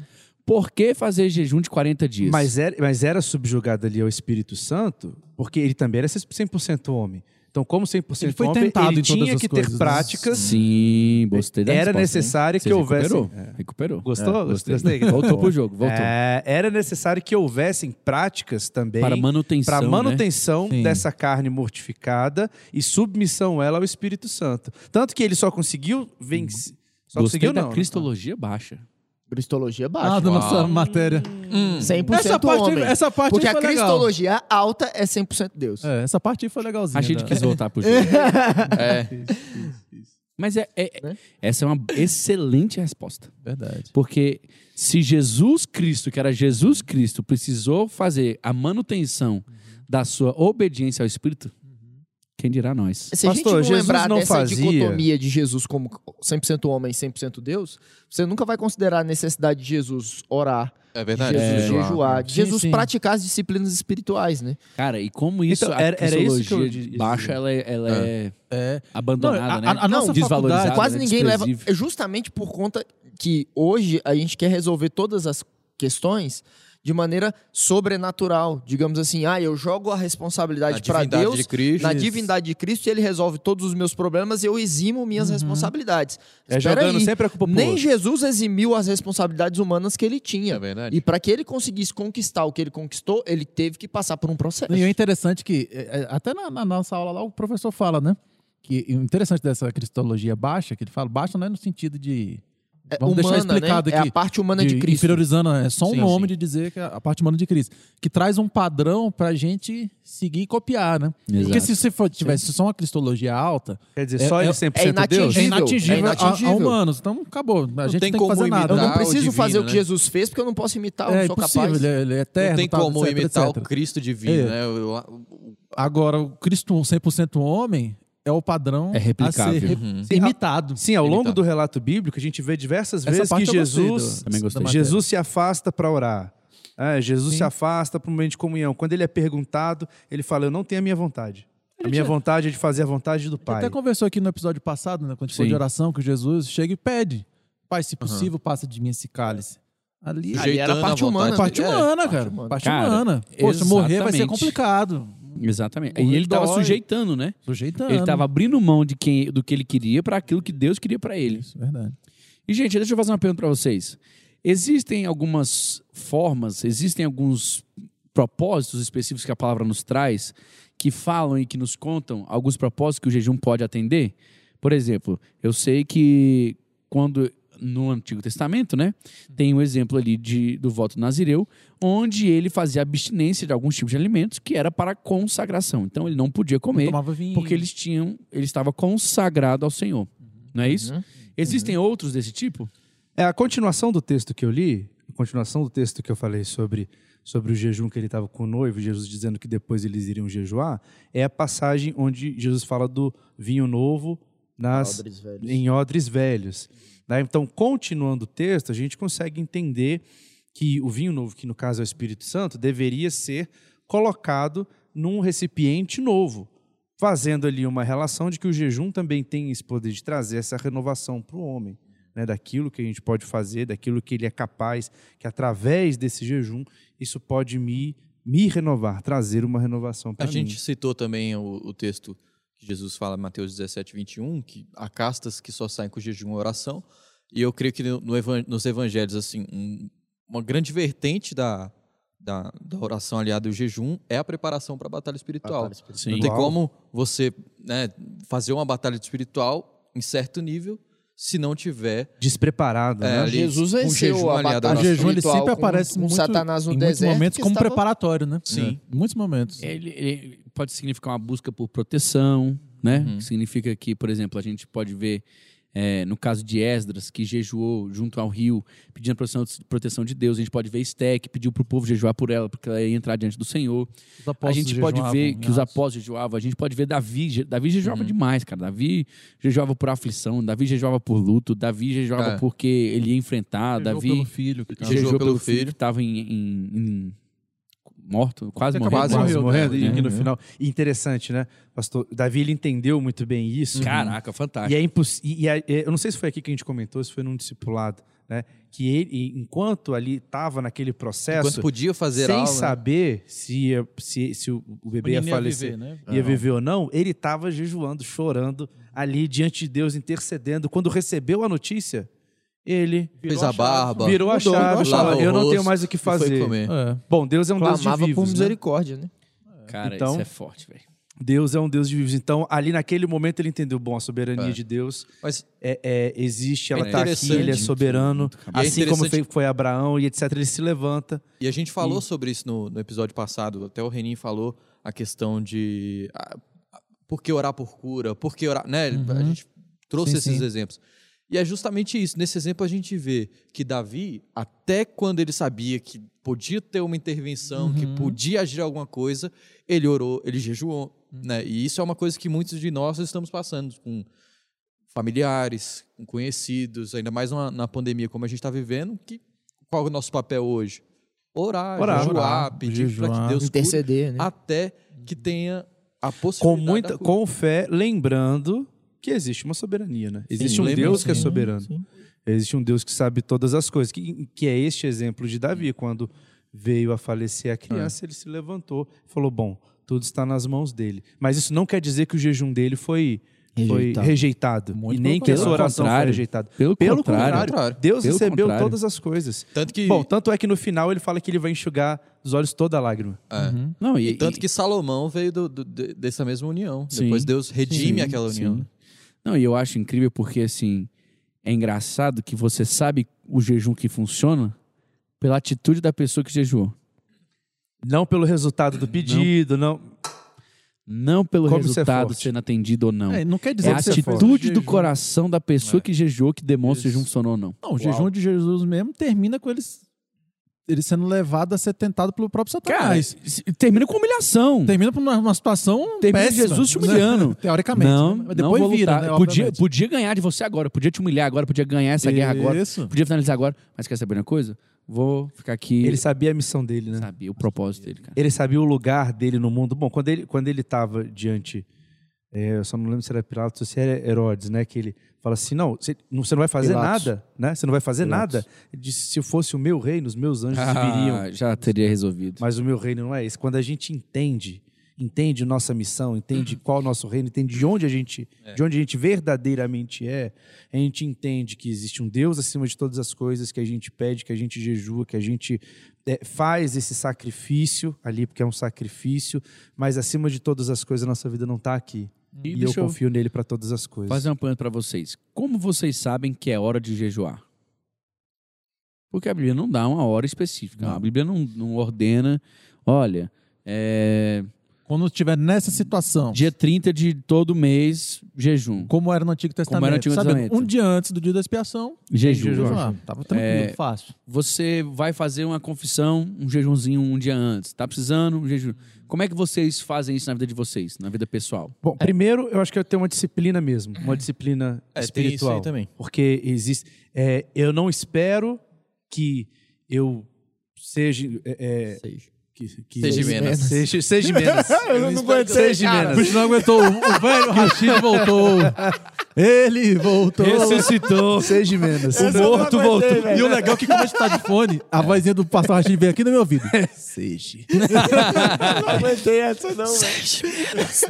A: Por que fazer jejum de 40 dias?
C: Mas era, mas era subjugado ali ao Espírito Santo, porque ele também era 100% homem. Então, como 100%
D: Ele foi
C: homem,
D: tentado
C: ele
D: em todas
C: tinha
D: as
C: que
D: coisas,
C: ter
D: né?
C: práticas.
A: Sim, gostei da
C: Era
A: resposta, hein?
C: necessário
A: Você
C: que houvesse.
A: Recuperou, recuperou.
C: Gostou?
A: É, gostei.
C: Gostei.
A: Voltou pro jogo, voltou.
C: É, era necessário que houvessem práticas também
A: Para manutenção,
C: para
A: né?
C: manutenção
D: Sim.
C: dessa carne mortificada e submissão ela ao Espírito Santo. Tanto que ele só conseguiu vencer. Só
A: Gostei
C: conseguiu
A: da
C: não. né?
A: cristologia baixa.
E: Cristologia baixa.
D: Ah, da nossa
B: Uau.
D: matéria.
E: 100%
D: Essa parte,
E: homem.
D: essa parte
E: Porque
D: aí
E: a
D: foi legal.
E: cristologia alta é 100% Deus.
D: É, essa parte aí foi legalzinha.
A: A gente
D: né?
A: quis voltar pro jogo.
B: É.
A: Mas é, é-
E: Né?
A: essa é uma excelente resposta.
D: Verdade.
A: Porque se Jesus Cristo, que era Jesus Cristo, precisou fazer a manutenção da sua obediência ao Espírito, quem dirá nós?
E: Se a gente
C: Pastor,
E: não
C: Jesus
E: lembrar
C: não
E: dessa
C: fazia.
E: dicotomia de Jesus como 100% homem e 100% Deus, você nunca vai considerar a necessidade de Jesus orar,
B: É
E: de
B: verdade.
E: Jesus
B: jejuar.
E: jejuar, de
D: Sim,
E: Jesus
D: sim.
E: praticar as disciplinas espirituais, né?
A: Cara, e como isso,
C: Então,
A: a
C: era- era isso que eu
A: cristologia
C: di- ia
A: baixa, ela, é- ela é, abandonada,
D: Não, a-
A: né?
D: a- a nossa
A: desvalorizada,
D: faculdade-
E: Quase
A: né?
E: ninguém leva.
A: desprezível.
E: É justamente por conta que hoje a gente quer resolver todas as questões de maneira sobrenatural. Digamos assim, ah, eu jogo a
B: A
E: responsabilidade para
B: divindade
E: Deus.
B: de Cristo.
E: Na divindade de Cristo, ele resolve todos os meus problemas e eu eximo minhas responsabilidades.
C: É
E: Espera
C: jogando
E: aí.
C: sempre a culpa pro
E: Nem
C: outro.
E: Jesus eximiu as responsabilidades humanas que ele
B: É
E: tinha.
B: verdade.
E: E para que ele conseguisse conquistar o que ele conquistou, ele teve que passar por um processo.
D: Não, E é interessante que, é, é, até na, na nossa aula lá, o professor fala, né? Que o interessante dessa cristologia baixa, que ele fala, baixa não é no sentido de.
E: É
D: Vamos deixar
E: humana, né?
D: explicado
E: É
D: aqui.
E: a parte humana de, Cristo.
D: inferiorizando, é só um
B: Sim,
D: nome
B: sim.
D: de dizer que é a parte humana de Cristo. Que traz um padrão pra gente seguir e copiar, né? Porque
A: Exato.
D: se você for- tivesse só uma cristologia alta,
C: Quer dizer,
D: É-
C: só
D: é-
C: ele
D: é
C: 100% Deus?
E: inatingível.
D: é inatingível,
E: É inatingível.
D: A, a humanos. Então acabou. A gente
B: tem
D: não tem que
B: como
D: fazer nada.
E: Eu não
B: imitar
E: preciso
B: divino,
E: fazer o
B: né?
E: que Jesus fez porque eu não posso imitar, eu
D: é
E: não sou
D: impossível,
E: capaz.
D: ele é, ele é eterno.
B: Não tem
D: tal,
B: como
D: etc,
B: imitar
D: etc.
B: o Cristo divino,
D: É.
B: né? O- o-
D: Agora, o Cristo 100% homem é o padrão
A: É replicável.
D: a ser re-
B: Uhum.
D: imitado.
C: Sim, ao longo
B: Limitado.
C: do relato bíblico, a gente vê diversas
D: tá. Essa
C: vezes que
D: parte eu gostei
C: Jesus,
D: do-
A: Também
D: da
A: gostei.
D: matéria.
C: Jesus se afasta para orar. É, Jesus
D: Sim.
C: se afasta para o momento de comunhão. Quando ele é perguntado, ele fala: Eu não tenho a minha vontade. A minha vontade é de fazer a vontade do
D: A gente
C: Pai.
D: até conversou aqui no episódio passado, né? Quando a gente
A: Sim.
D: falou de oração, que Jesus chega e pede. Pai, se possível, passa de mim esse cálice. Ali
E: Sujeito-
B: Sujeitando
E: era
B: a
E: né? parte humana.
B: vontade.
D: parte
B: É.
D: humana, cara.
E: humana.
D: Parte
A: Cara,
D: humana. Poxa, morrer vai ser
A: exatamente.
D: complicado.
A: Exatamente.
D: Morrer
A: E ele estava
D: dói.
A: sujeitando, né?
D: Sujeitando.
A: Ele estava abrindo mão de quem, do que ele queria para aquilo que Deus queria para ele.
D: Isso, verdade.
A: E, gente, deixa eu fazer uma pergunta para vocês. Existem algumas formas, existem alguns propósitos específicos que a palavra nos traz que falam e que nos contam alguns propósitos que o jejum pode atender? Por exemplo, eu sei que quando no Antigo Testamento, né, tem um exemplo ali de, do voto nazireu, onde ele fazia abstinência de alguns tipos de alimentos que era para consagração. Então ele não podia comer
D: Tomava vinho.
A: porque eles tinham, ele estava consagrado ao Senhor. Não é isso?
E: Uhum.
A: Existem outros desse tipo?
C: É a continuação do texto que eu li, a continuação do texto que eu falei sobre, sobre o jejum que ele estava com o noivo, Jesus dizendo que depois eles iriam jejuar, é a passagem onde Jesus fala do vinho novo nas,
E: Pobres velhos.
C: em odres velhos. né? Então, continuando o texto, a gente consegue entender que o vinho novo, que no caso é o Espírito Santo, deveria ser colocado num recipiente novo, fazendo ali uma relação de que o jejum também tem esse poder de trazer essa renovação para o homem, né? daquilo que a gente pode fazer, daquilo que ele é capaz, que através desse jejum isso pode me, me renovar, trazer uma renovação
B: É, A
C: para mim.
B: gente citou também o, o texto que Jesus fala em Mateus 17, 21, que há castas que só saem com jejum e oração. E eu creio que no- no evan- nos evangelhos, assim, um- uma grande vertente da, da, da oração aliada ao jejum é a preparação para a batalha espiritual.
E: Batalha espiritual.
A: Sim.
B: Não tem
C: Uau.
B: como você né, fazer uma batalha espiritual em certo nível se não tiver
C: Despreparado, né?
B: É, ali,
E: Jesus
B: um
E: venceu
B: jejum aliado
E: a
B: à
E: batalha
D: O
B: oração.
D: jejum ele
E: espiritual
D: sempre
E: com-
D: aparece
E: com
D: muito,
E: Satanás no
D: em muitos
E: deserto,
D: momentos
E: que
D: como
E: estava-
D: preparatório, né?
B: Sim.
D: É, em muitos momentos.
A: Ele, ele pode significar uma busca por proteção, né?
B: Uhum.
A: Que significa que, por exemplo, a gente pode ver é, no caso de Esdras, que jejuou junto ao rio, pedindo a proteção, proteção de Deus. A gente pode ver Esté, que pediu para o povo jejuar por ela, porque ela ia entrar diante do Senhor.
D: Os
A: a
D: apóstolos
A: gente pode
D: jejuavam né?
A: ver
D: em
A: que os
D: Atos.
A: apóstolos jejuavam. A gente pode ver Davi. je- Davi jejuava demais, cara. Davi jejuava por aflição, Davi jejuava por luto, Davi jejuava
B: É.
A: porque ele ia enfrentar,
D: Jejuou
A: Davi...
D: pelo filho. que tava-
B: Jejum. Jejuou pelo filho.
A: que estava em, em- em- morto, quase morrendo.
B: Quase
C: Quase
B: morreu,
C: morrendo,
B: né?
C: e que no
D: Uhum.
C: final. e Interessante, né? Pastor Davi ele entendeu muito bem isso.
A: Caraca, fantástico.
C: E é impossível. E é- é- eu não sei se foi aqui que a gente comentou, se foi num discipulado, né? Que ele, enquanto ali estava naquele
B: Enquanto
C: processo,
B: podia fazer
C: sem
B: aula. né?
C: saber se, ia- se, se o o bebê ia
D: menino ia
C: falecer, ia
D: viver, né?
C: viver, ou não, ele estava jejuando, chorando ali diante de Deus, intercedendo. Quando recebeu a notícia, ele
B: Fez a barba.
C: virou a
E: Mudou,
C: chave,
E: mudou a
C: falou,
B: chave.
C: eu não tenho
B: Lavou o
C: mais o que
B: e foi
C: fazer.
B: comer.
D: É.
C: Bom, Deus é um Deus de
E: Clamava por
C: vivos, né?
E: misericórdia, né?
A: Cara,
C: Então-
A: isso é forte, velho.
C: Deus é um Deus de vivos. Então, ali naquele momento ele entendeu, bom, a soberania
B: É.
C: de Deus
B: Mas
C: é- é- existe,
B: É
C: ela está aqui,
B: interessante.
C: ele é soberano,
B: E é
C: assim como
B: interessante-
C: fe- foi Abraão e etc, ele se levanta.
B: E a gente falou sobre isso no, no episódio passado, até o Renin falou a questão de ah, por que orar por cura, por que orar, né?
C: Uhum.
B: A gente trouxe
D: Sim,
B: esses
D: sim.
B: exemplos. E é justamente isso. Nesse exemplo a gente vê que Davi, até quando ele sabia que podia ter uma intervenção, que
C: Uhum.
B: podia agir alguma coisa, ele orou, ele jejuou,
C: Uhum.
B: né? E isso é uma coisa que muitos de nós estamos passando com familiares, com conhecidos, ainda mais na, na pandemia como a gente está vivendo, que qual é o nosso papel hoje? Orar,
C: Orar,
B: jejuar,
D: orar,
B: pedir para que
D: jejuar,
B: Deus cure,
E: Interceder, né?
B: até que tenha a
C: Com,
B: possibilidade
C: muita,
B: da cura.
C: com fé, lembrando que existe uma soberania, né? Existe um
B: lembrando,
C: Deus que é
D: sim,
C: soberano.
E: sim.
C: Existe um Deus que sabe todas as coisas, que, que é este exemplo de Davi, quando veio a falecer a criança, ele se levantou e falou, bom, tudo está nas mãos dele. Mas isso não quer dizer que o jejum dele foi rejeitado, foi
E: Rejeitado.
C: rejeitado
D: Muito
C: e nem
D: pelo
C: que a sua
A: contrário.
C: oração foi
A: Contrário.
C: rejeitada.
A: Pelo,
C: Pelo
A: contrário.
C: contrário, Deus
A: Pelo
C: recebeu
A: contrário.
C: todas as coisas.
B: Tanto que,
C: Bom, tanto é que no final ele fala que ele vai enxugar dos olhos toda a lágrima.
B: é.
A: Não,
B: E tanto que Salomão veio do- do- de- dessa mesma união.
A: Sim.
B: Depois Deus redime
A: Sim,
B: aquela união. É,
A: sim. Não, e eu acho incrível porque, assim, é engraçado que você sabe o jejum que funciona pela atitude da pessoa que jejuou.
C: Não pelo resultado do pedido, não.
A: Não pelo
C: Como isso é
A: resultado
C: forte.
A: sendo atendido ou não.
D: É,
A: É,
D: não quer dizer
A: a
D: que você faz
A: atitude do
D: jejum.
A: coração da pessoa
B: É.
A: que jejuou que demonstra se o jejum
D: Isso.
A: funcionou ou não.
D: Não, o jejum de Jesus mesmo termina com eles, ele sendo levado a ser tentado pelo próprio
A: Cara,
D: Satanás.
A: isso- termina com humilhação.
D: termina por uma, uma situação
A: Termina
D: péssima,
A: Jesus te humilhando.
D: né? Teoricamente.
A: não,
D: né? Mas
A: não
D: depois
A: vou
D: vira,
A: lutar.
D: né?
A: podia,
D: Obviamente.
A: podia ganhar de você agora, podia te humilhar agora, podia ganhar essa guerra agora,
D: Isso.
A: podia finalizar agora. Mas quer saber uma coisa? Vou ficar aqui.
C: Ele sabia a missão dele, né?
A: sabia o propósito dele, cara.
C: Ele sabia o lugar dele no mundo. Bom, quando ele quando ele estava diante, é, eu só não lembro se era Pilatos ou se era Herodes, né? Que ele fala assim, não, você não, você não vai fazer
E: Pilatos.
C: nada, né? Você não vai fazer
A: Pilatos.
C: nada. Ele disse, se fosse o meu reino, os meus anjos viriam.
A: Ah, já teria resolvido.
C: Mas o meu reino não é esse. Quando a gente entende, entende nossa missão,
B: Uhum.
C: entende qual o nosso reino, entende de onde a gente,
B: É.
C: de onde a gente verdadeiramente é, a gente entende que existe um Deus acima de todas as coisas, que a gente pede, que a gente jejua, que a gente é, faz esse sacrifício ali, porque é um sacrifício, mas acima de todas as coisas, a nossa vida não está aqui. E, eu
A: deixa eu
C: confio nele para todas as coisas.
B: um
A: fazer uma pergunta pra vocês. Como vocês sabem que é hora de jejuar? Porque a Bíblia não dá uma hora específica. A Bíblia não, não ordena. Olha, é,
D: Quando estiver nessa situação,
A: dia 30 de todo mês, jejum.
D: como era no Antigo Testamento,
A: Como era no Antigo
D: sabendo,
A: Testamento.
D: um dia antes do dia da expiação,
A: Jejum. É,
C: Jejum.
D: ah, tava tranquilo, fácil.
A: Você vai fazer uma confissão, um jejumzinho um dia antes. Tá precisando? Um jejum. Como é que vocês fazem isso na vida de vocês, na vida pessoal?
C: Bom, primeiro, eu acho que eu tenho uma disciplina mesmo, uma disciplina
B: É, tem isso
C: espiritual.
B: aí também.
C: Porque existe. é, eu não espero que eu seja. é, é,
E: Seja.
C: que, que-
B: Seja
C: seja
B: menos.
C: Seja, seja menos.
D: Eu não
C: espero
D: aguento
C: que Seja
D: O
C: menos.
D: bicho não aguentou. O velho Rashid voltou. Ele voltou.
C: Ressuscitou. Seja menos.
D: O morto voltou. E o legal é que, como a gente tá de fone, a vozinha do pastor Rashid veio aqui no meu ouvido.
C: É,
D: Seja.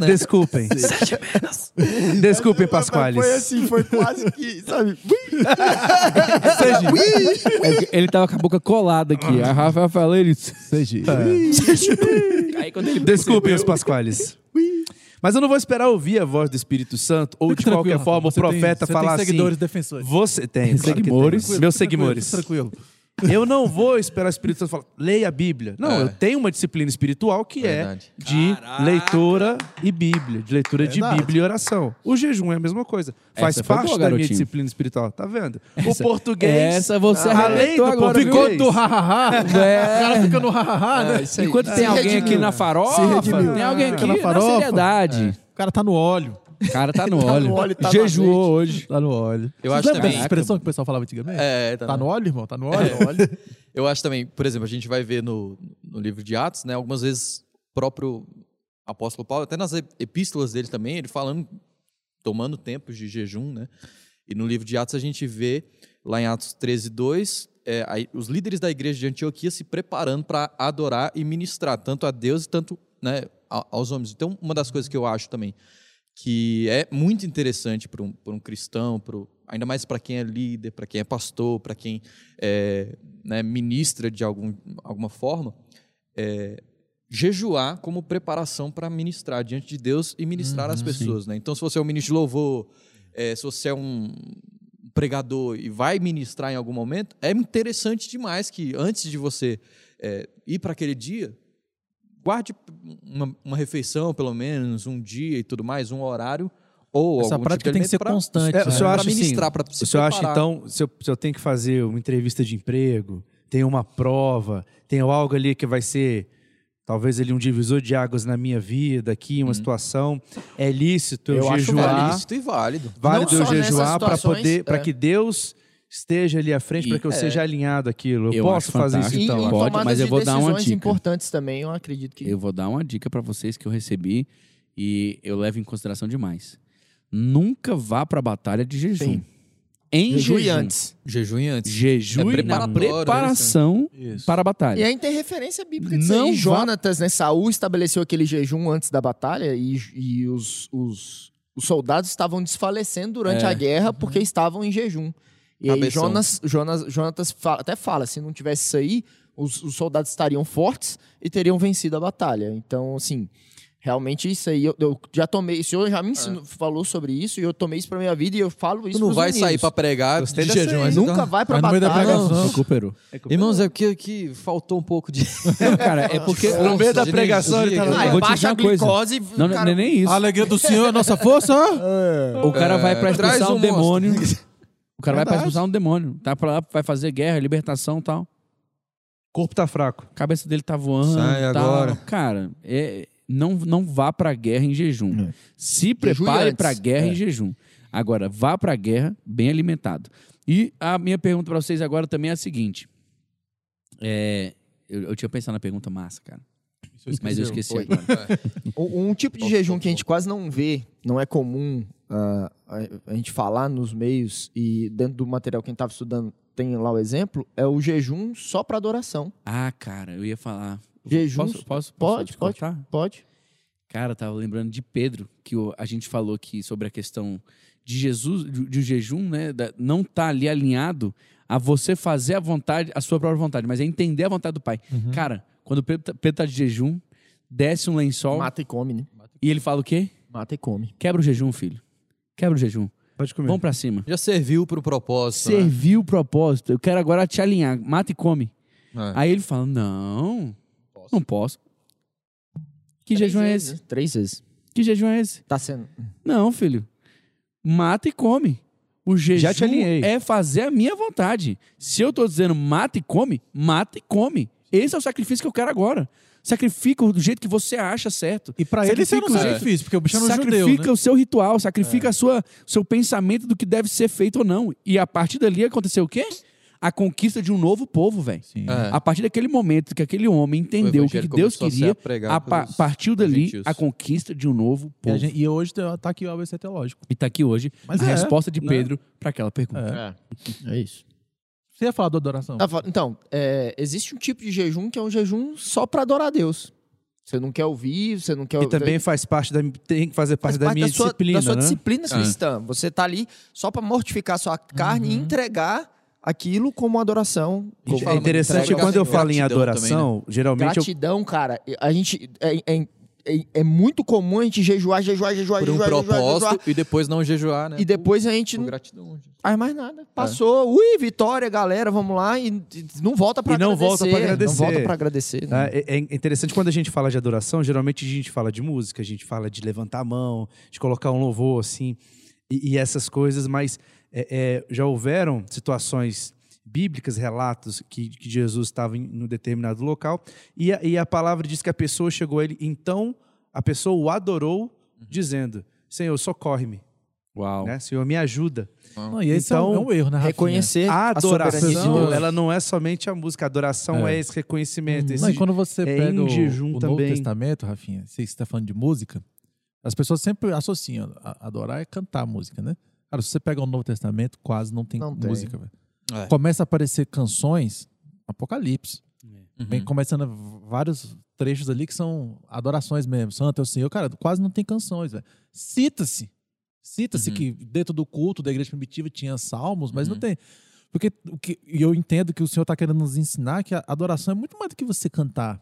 C: Desculpem. Desculpem, Pasquales.
E: assim, foi quase que, sabe?
A: É Ele tava com a boca colada aqui. A Rafael falou isso.
D: É.
A: Aí quando ele
C: Desculpem os Pasquales. Mas eu não vou esperar ouvir a voz do Espírito Santo ou de
D: Fica tranquilo,
C: qualquer
D: Rafa.
C: forma o
D: Você tem-
C: profeta
D: você
C: falar
D: tem seguidores
C: assim.
D: defensores.
C: Você tem, claro que tem.
A: Seguimores.
C: Meus seguidores.
D: Tranquilo.
C: Eu não vou esperar o Espírito Santo falar, leia a Bíblia. Não,
B: É.
C: eu tenho uma disciplina espiritual que
B: Verdade.
C: é de leitura e Bíblia, de leitura
D: Verdade.
C: de Bíblia e oração. O jejum é a mesma coisa. Faz
A: Essa foi
C: parte
A: boa,
C: da minha
A: garotinho.
C: disciplina espiritual, tá vendo? o português.
A: É, essa você é
C: além
A: arrebentou
C: do
A: agora,
C: português.
A: viu?
D: Do ha-ha-ha. O cara fica no ha-ha-ha,
C: É.
D: né?
A: Enquanto tem alguém aqui na farofa,
C: redimiu.
A: tem alguém aqui
D: Fica na
A: É. Tá na,
D: farofa.
A: seriedade.
D: O cara tá no óleo.
A: O cara tá no
E: no
A: óleo.
E: óleo, tá na
A: Jejuou hoje.
D: Tá no óleo.
B: Eu
D: Vocês
B: acho
D: lembram
B: também-
D: dessa expressão que o pessoal falava antigamente?
B: É, tá
D: Tá
B: na-
D: no óleo, irmão? Tá no óleo?
B: Eu acho também, por exemplo, a gente vai ver no, no livro de Atos, né? Algumas vezes o próprio apóstolo Paulo, até nas epístolas dele também, ele falando, tomando tempos de jejum, né? E no livro de Atos a gente vê, lá em Atos 13, 2, é, aí os líderes da igreja de Antioquia se preparando para adorar e ministrar, tanto a Deus e tanto né, a- aos homens. Então, uma das coisas que eu acho também que é muito interessante para um, pra um cristão, pro, ainda mais para quem é líder, para quem é pastor, para quem é, né, ministra de algum, alguma forma, é, jejuar como preparação para ministrar diante de Deus e ministrar
D: Uhum,
B: às pessoas. Né? Então, se você é um ministro de louvor, é, se você é um pregador e vai ministrar em algum momento, é interessante demais que antes de você é, ir para aquele dia, guarde uma, uma refeição, pelo menos, um dia e tudo mais, um horário. Ou
D: Essa
B: algum
D: prática
B: tipo de
D: tem que ser
B: alimento pra-
D: constante.
C: É,
D: né?
C: o senhor
B: pra
C: acha assim,
B: ministrar, pra se
C: O senhor acha,
B: preparar.
C: então, se eu, se eu tenho que fazer uma entrevista de emprego, tem uma prova, tem algo ali que vai ser, talvez ali um divisor de águas na minha vida, aqui, uma situação, é lícito eu,
E: Eu acho
C: jejuar,
B: É lícito e válido.
C: válido
E: Não
C: eu
E: só nessas
C: jejuar para
E: situações,
C: poder, para
E: é.
C: que Deus esteja ali à frente,
A: E-
C: para que eu
A: é.
C: seja alinhado àquilo. Eu,
A: Eu
C: posso
A: acho
C: fazer isso
A: fantástico.
E: E
C: então.
E: em
A: Pode,
E: tomadas
A: mas
E: de
A: eu vou dar uma
E: decisões
A: dica.
E: importantes também, eu acredito que...
A: Eu vou dar uma dica para vocês que eu recebi e eu levo em consideração demais. Nunca vá para a batalha de jejum.
E: Sim.
A: Em jejum.
E: Jejum e antes.
B: Jejum e antes.
A: Jejum
B: É
A: na
B: preparatório, né,
A: preparação
D: Isso.
A: para a
E: E
A: batalha.
E: aí tem referência bíblica disso
A: Não
E: aí.
A: vá-
E: Jonatas, né? Saul estabeleceu aquele jejum antes da batalha e, e os, os, os soldados estavam desfalecendo durante
A: É.
E: a guerra porque estavam em jejum. E aí
B: Cabeção.
E: Jonas, Jonas, Jonatas fa- até fala, se não tivesse isso aí, os, os soldados estariam fortes e teriam vencido a batalha. Então, assim, realmente isso aí, eu, eu já tomei, o senhor já me ensinou, falou sobre isso e eu tomei isso pra minha vida e eu falo isso
B: Tu não
E: pros
B: vai
E: meninos.
B: sair para pregar
C: Gostei
B: de
C: dessa
B: jejum.
C: aí.
B: mas
E: Nunca
B: então-
E: vai pra
D: Mas no meio da
E: batalha.
D: pregação.
B: Não.
A: Recuperou.
B: Irmãos, é porque que faltou um pouco de.
A: Não, cara, é porque.
C: No meio da pregação, ele tá
B: energia,
C: lá.
E: Ah,
A: vou te
E: baixa
A: dizer
E: a
A: uma coisa.
E: glicose.
A: Não, não,
E: cara,
A: não é nem isso.
D: A alegria do Senhor é a nossa força.
A: O cara vai pra
B: É, traz
A: expulsar um,
B: um monstro.
A: demônio. O cara vai pra
D: Verdade.
A: expulsar um demônio. Tá pra lá, vai fazer guerra, libertação e tal.
C: O corpo tá fraco.
A: A cabeça dele tá voando.
B: Sai
A: tal.
B: agora.
A: Cara, é, não, não vá pra guerra em jejum. Se prepare
E: antes.
A: pra guerra
E: É.
A: em jejum. Agora, vá pra guerra bem alimentado. E a minha pergunta pra vocês agora também é a seguinte. É, eu, eu tinha pensado na pergunta massa, cara. Mas eu esqueci
B: Foi.
A: agora.
E: Um, um tipo de jejum que a gente quase não vê, não é comum ah, a, a gente falar nos meios e dentro do material que a gente estava estudando tem lá o exemplo, é o jejum só para adoração.
A: Ah, cara, eu ia falar.
E: Jejum.
A: Posso, posso, posso
E: Pode,
A: te
E: pode.
A: cortar?
E: Pode?
A: Cara, eu tava lembrando de Pedro, que o- a gente falou aqui sobre a questão de Jesus, de, de jejum, né? da- não tá ali alinhado a você fazer a vontade, a sua própria vontade, mas é entender a vontade do Pai.
E: Uhum.
A: Cara, quando Pedro, tá- Pedro tá de jejum, desce um lençol
E: Mata e come, né?
A: e ele fala o quê?
E: Mata e come.
A: Quebra o jejum, filho. Quebra o jejum.
C: Pode comer.
A: Vamos pra cima.
B: Já serviu pro propósito. né?
A: Serviu o propósito. Eu quero agora te alinhar. Mata e come.
B: É.
A: Aí ele fala: Não, não posso. Que
E: Três
A: jejum é
E: vezes,
A: esse?
E: né? Três vezes.
A: Que jejum é esse?
E: Tá sendo.
A: Não, filho. Mata e come. O jejum
C: Já te alinhei.
A: é fazer a minha vontade. Se eu tô dizendo mata e come, mata e come. Esse é o sacrifício que eu quero agora. Sacrifica do jeito que você acha certo.
D: E pra ele isso era um
A: Sacrifica o-
D: sacrifício, porque o bicho era um
A: sacrifica
D: judeu, né?
A: o seu ritual, sacrifica a sua seu pensamento do que deve ser feito ou não. E a partir dali aconteceu o quê? A conquista de um novo povo, velho.
D: Sim.
B: É.
A: A partir daquele momento que aquele homem entendeu o que,
B: evangelho
A: que Deus
B: começou a ser
A: queria,
B: pregado
A: a pa-
B: pelos
A: partiu dali
B: gentios.
A: a conquista de um novo
D: E, a
A: povo.
D: gente- e hoje tá tá aqui o ABC Teológico.
A: E tá aqui hoje
D: Mas
A: a
D: é,
A: resposta de
D: né?
A: Pedro para aquela pergunta.
E: É. É isso.
D: Você ia falar do adoração?
E: Tá falando- Então, é, existe um tipo de jejum que é um jejum só para adorar a Deus. Você não quer ouvir, você não quer
C: E também faz parte da tem que fazer parte,
E: faz
C: da
E: parte
C: minha
E: sua,
C: disciplina,
E: da sua
C: né?
E: disciplina
B: É.
E: cristã. Você tá ali só para mortificar sua carne
C: Uhum.
E: e entregar aquilo como adoração.
B: Como
C: É
B: fala,
C: interessante que
B: entrega
C: quando eu falo em
B: gratidão
C: adoração, geralmente eu
E: Gratidão, cara. A gente é, é- é- é muito comum a gente jejuar, jejuar, jejuar,
B: Por um
E: jejuar, jejuar, jejuar,
B: propósito e depois não jejuar, né?
E: e depois a gente
B: Por É.
E: não
B: gratidão. gente.
E: faz mais nada. Passou, ui, vitória, galera, vamos lá e, e não volta para
C: E não
E: agradecer.
C: volta pra
E: Não
C: agradecer.
E: volta para agradecer. né?
C: Tá? É, é interessante quando a gente fala de adoração, geralmente a gente fala de música, a gente fala de levantar a mão, de colocar um louvor, assim, e, e essas coisas, mas é, é, já houveram situações bíblicas, relatos que, que Jesus estava em um determinado local, e a, e a palavra diz que a pessoa
E: Uhum.
C: chegou a ele, então a pessoa o adorou, dizendo: Senhor, socorre-me.
A: Uau.
C: né? Senhor, me ajuda.
D: Não, e esse
C: Então,
D: é, um, é um erro, né, Rafinha?
E: Reconhecer
C: A
E: a soberania de
C: adoração,
E: Deus.
C: ela não é somente a música. A adoração é,
D: É.
C: esse reconhecimento.
E: Hum.
D: Não, e
C: Esse...
D: quando você
C: é em
D: pega o,
C: jejum
D: o Novo
C: também.
D: Testamento, Rafinha, você está falando de música, as pessoas sempre associam. a- Adorar é cantar música, né? Cara, se você pega o Novo Testamento, quase não tem
E: Não tem.
D: música, velho.
B: É.
D: Começa a aparecer canções, Apocalipse.
B: Uhum.
D: Vem começando vários trechos ali que são adorações mesmo. Santo é o Senhor. Cara, quase não tem canções, velho. Cita-se. Cita-se
B: Uhum.
D: que dentro do culto da igreja primitiva tinha salmos, mas
B: Uhum.
D: não tem. Porque o que, e eu entendo que o Senhor está querendo nos ensinar que a adoração é muito mais do que você cantar.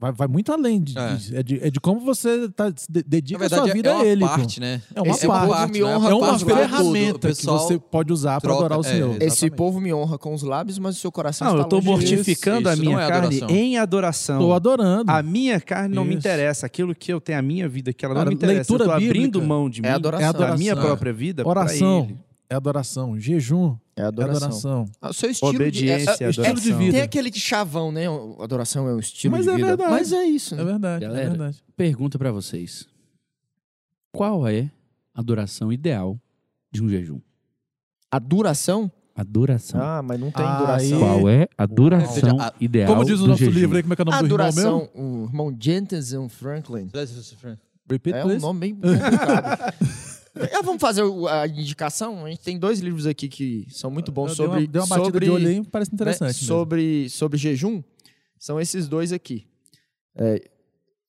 D: Vai, vai muito além de,
B: É.
D: de- é de, é de como você tá, se de-
B: Na
D: dedica a
B: verdade,
D: sua vida
B: é uma
D: a Ele. pô.
B: parte, né?
D: É uma
E: Esse
D: parte.
E: povo me
B: né?
E: honra
D: É uma
E: parte pra tudo.
B: O
D: ferramenta que
B: pessoal-
D: você pode usar para
B: troca-
D: adorar o
B: é,
D: Senhor.
B: exatamente.
E: Esse povo me honra com os lábios, mas o seu coração
C: Não, eu
E: está
C: tô
E: longe de mim.
C: mortificando
B: Isso,
C: a
B: isso
C: minha
B: não é
C: carne
B: adoração.
C: em adoração.
D: Estou adorando.
C: A minha carne não me
D: Isso.
C: interessa. Aquilo que eu tenho, a minha vida, que ela não
D: Cara,
C: me interessa. eu tô
D: leitura
C: abrindo
D: bíblica
C: mão de mim,
E: É adoração.
D: É
C: da
D: adoração.
C: minha
D: É.
C: própria vida, pra ele.
D: Oração é adoração. Jejum
E: É
D: é
E: adoração. Ah,
D: adoração.
E: O seu estilo
C: Obediência,
E: de, é- é-
C: adoração.
E: estilo de vida. Tem aquele de chavão, né? O- Adoração é um estilo
D: Mas
E: de
D: é
E: vida.
D: verdade.
E: Mas é isso, né?
D: É verdade,
A: Galera,
D: é verdade.
A: Pergunta pra vocês. Qual é a duração ideal de um jejum?
E: A duração?
A: A duração.
E: Ah, mas não
D: Ah, e-
A: Qual é a duração
B: Ou seja,
A: ideal
D: Como diz o
A: é do
D: nosso
A: jejum?
D: livro aí, como é que é o nome
E: A
D: do irmão meu?
E: duração, o irmão Jensen Franklin.
D: Repeat,
E: É um
D: please.
E: nome bem complicado. Ah, vamos fazer o- a indicação? A gente tem dois livros aqui que são muito bons
D: Eu
E: sobre.
D: dei uma, dei uma batida
E: sobre,
D: de olho aí, parece
E: né,
D: interessante. mesmo.
E: sobre, sobre jejum. São esses dois aqui. É,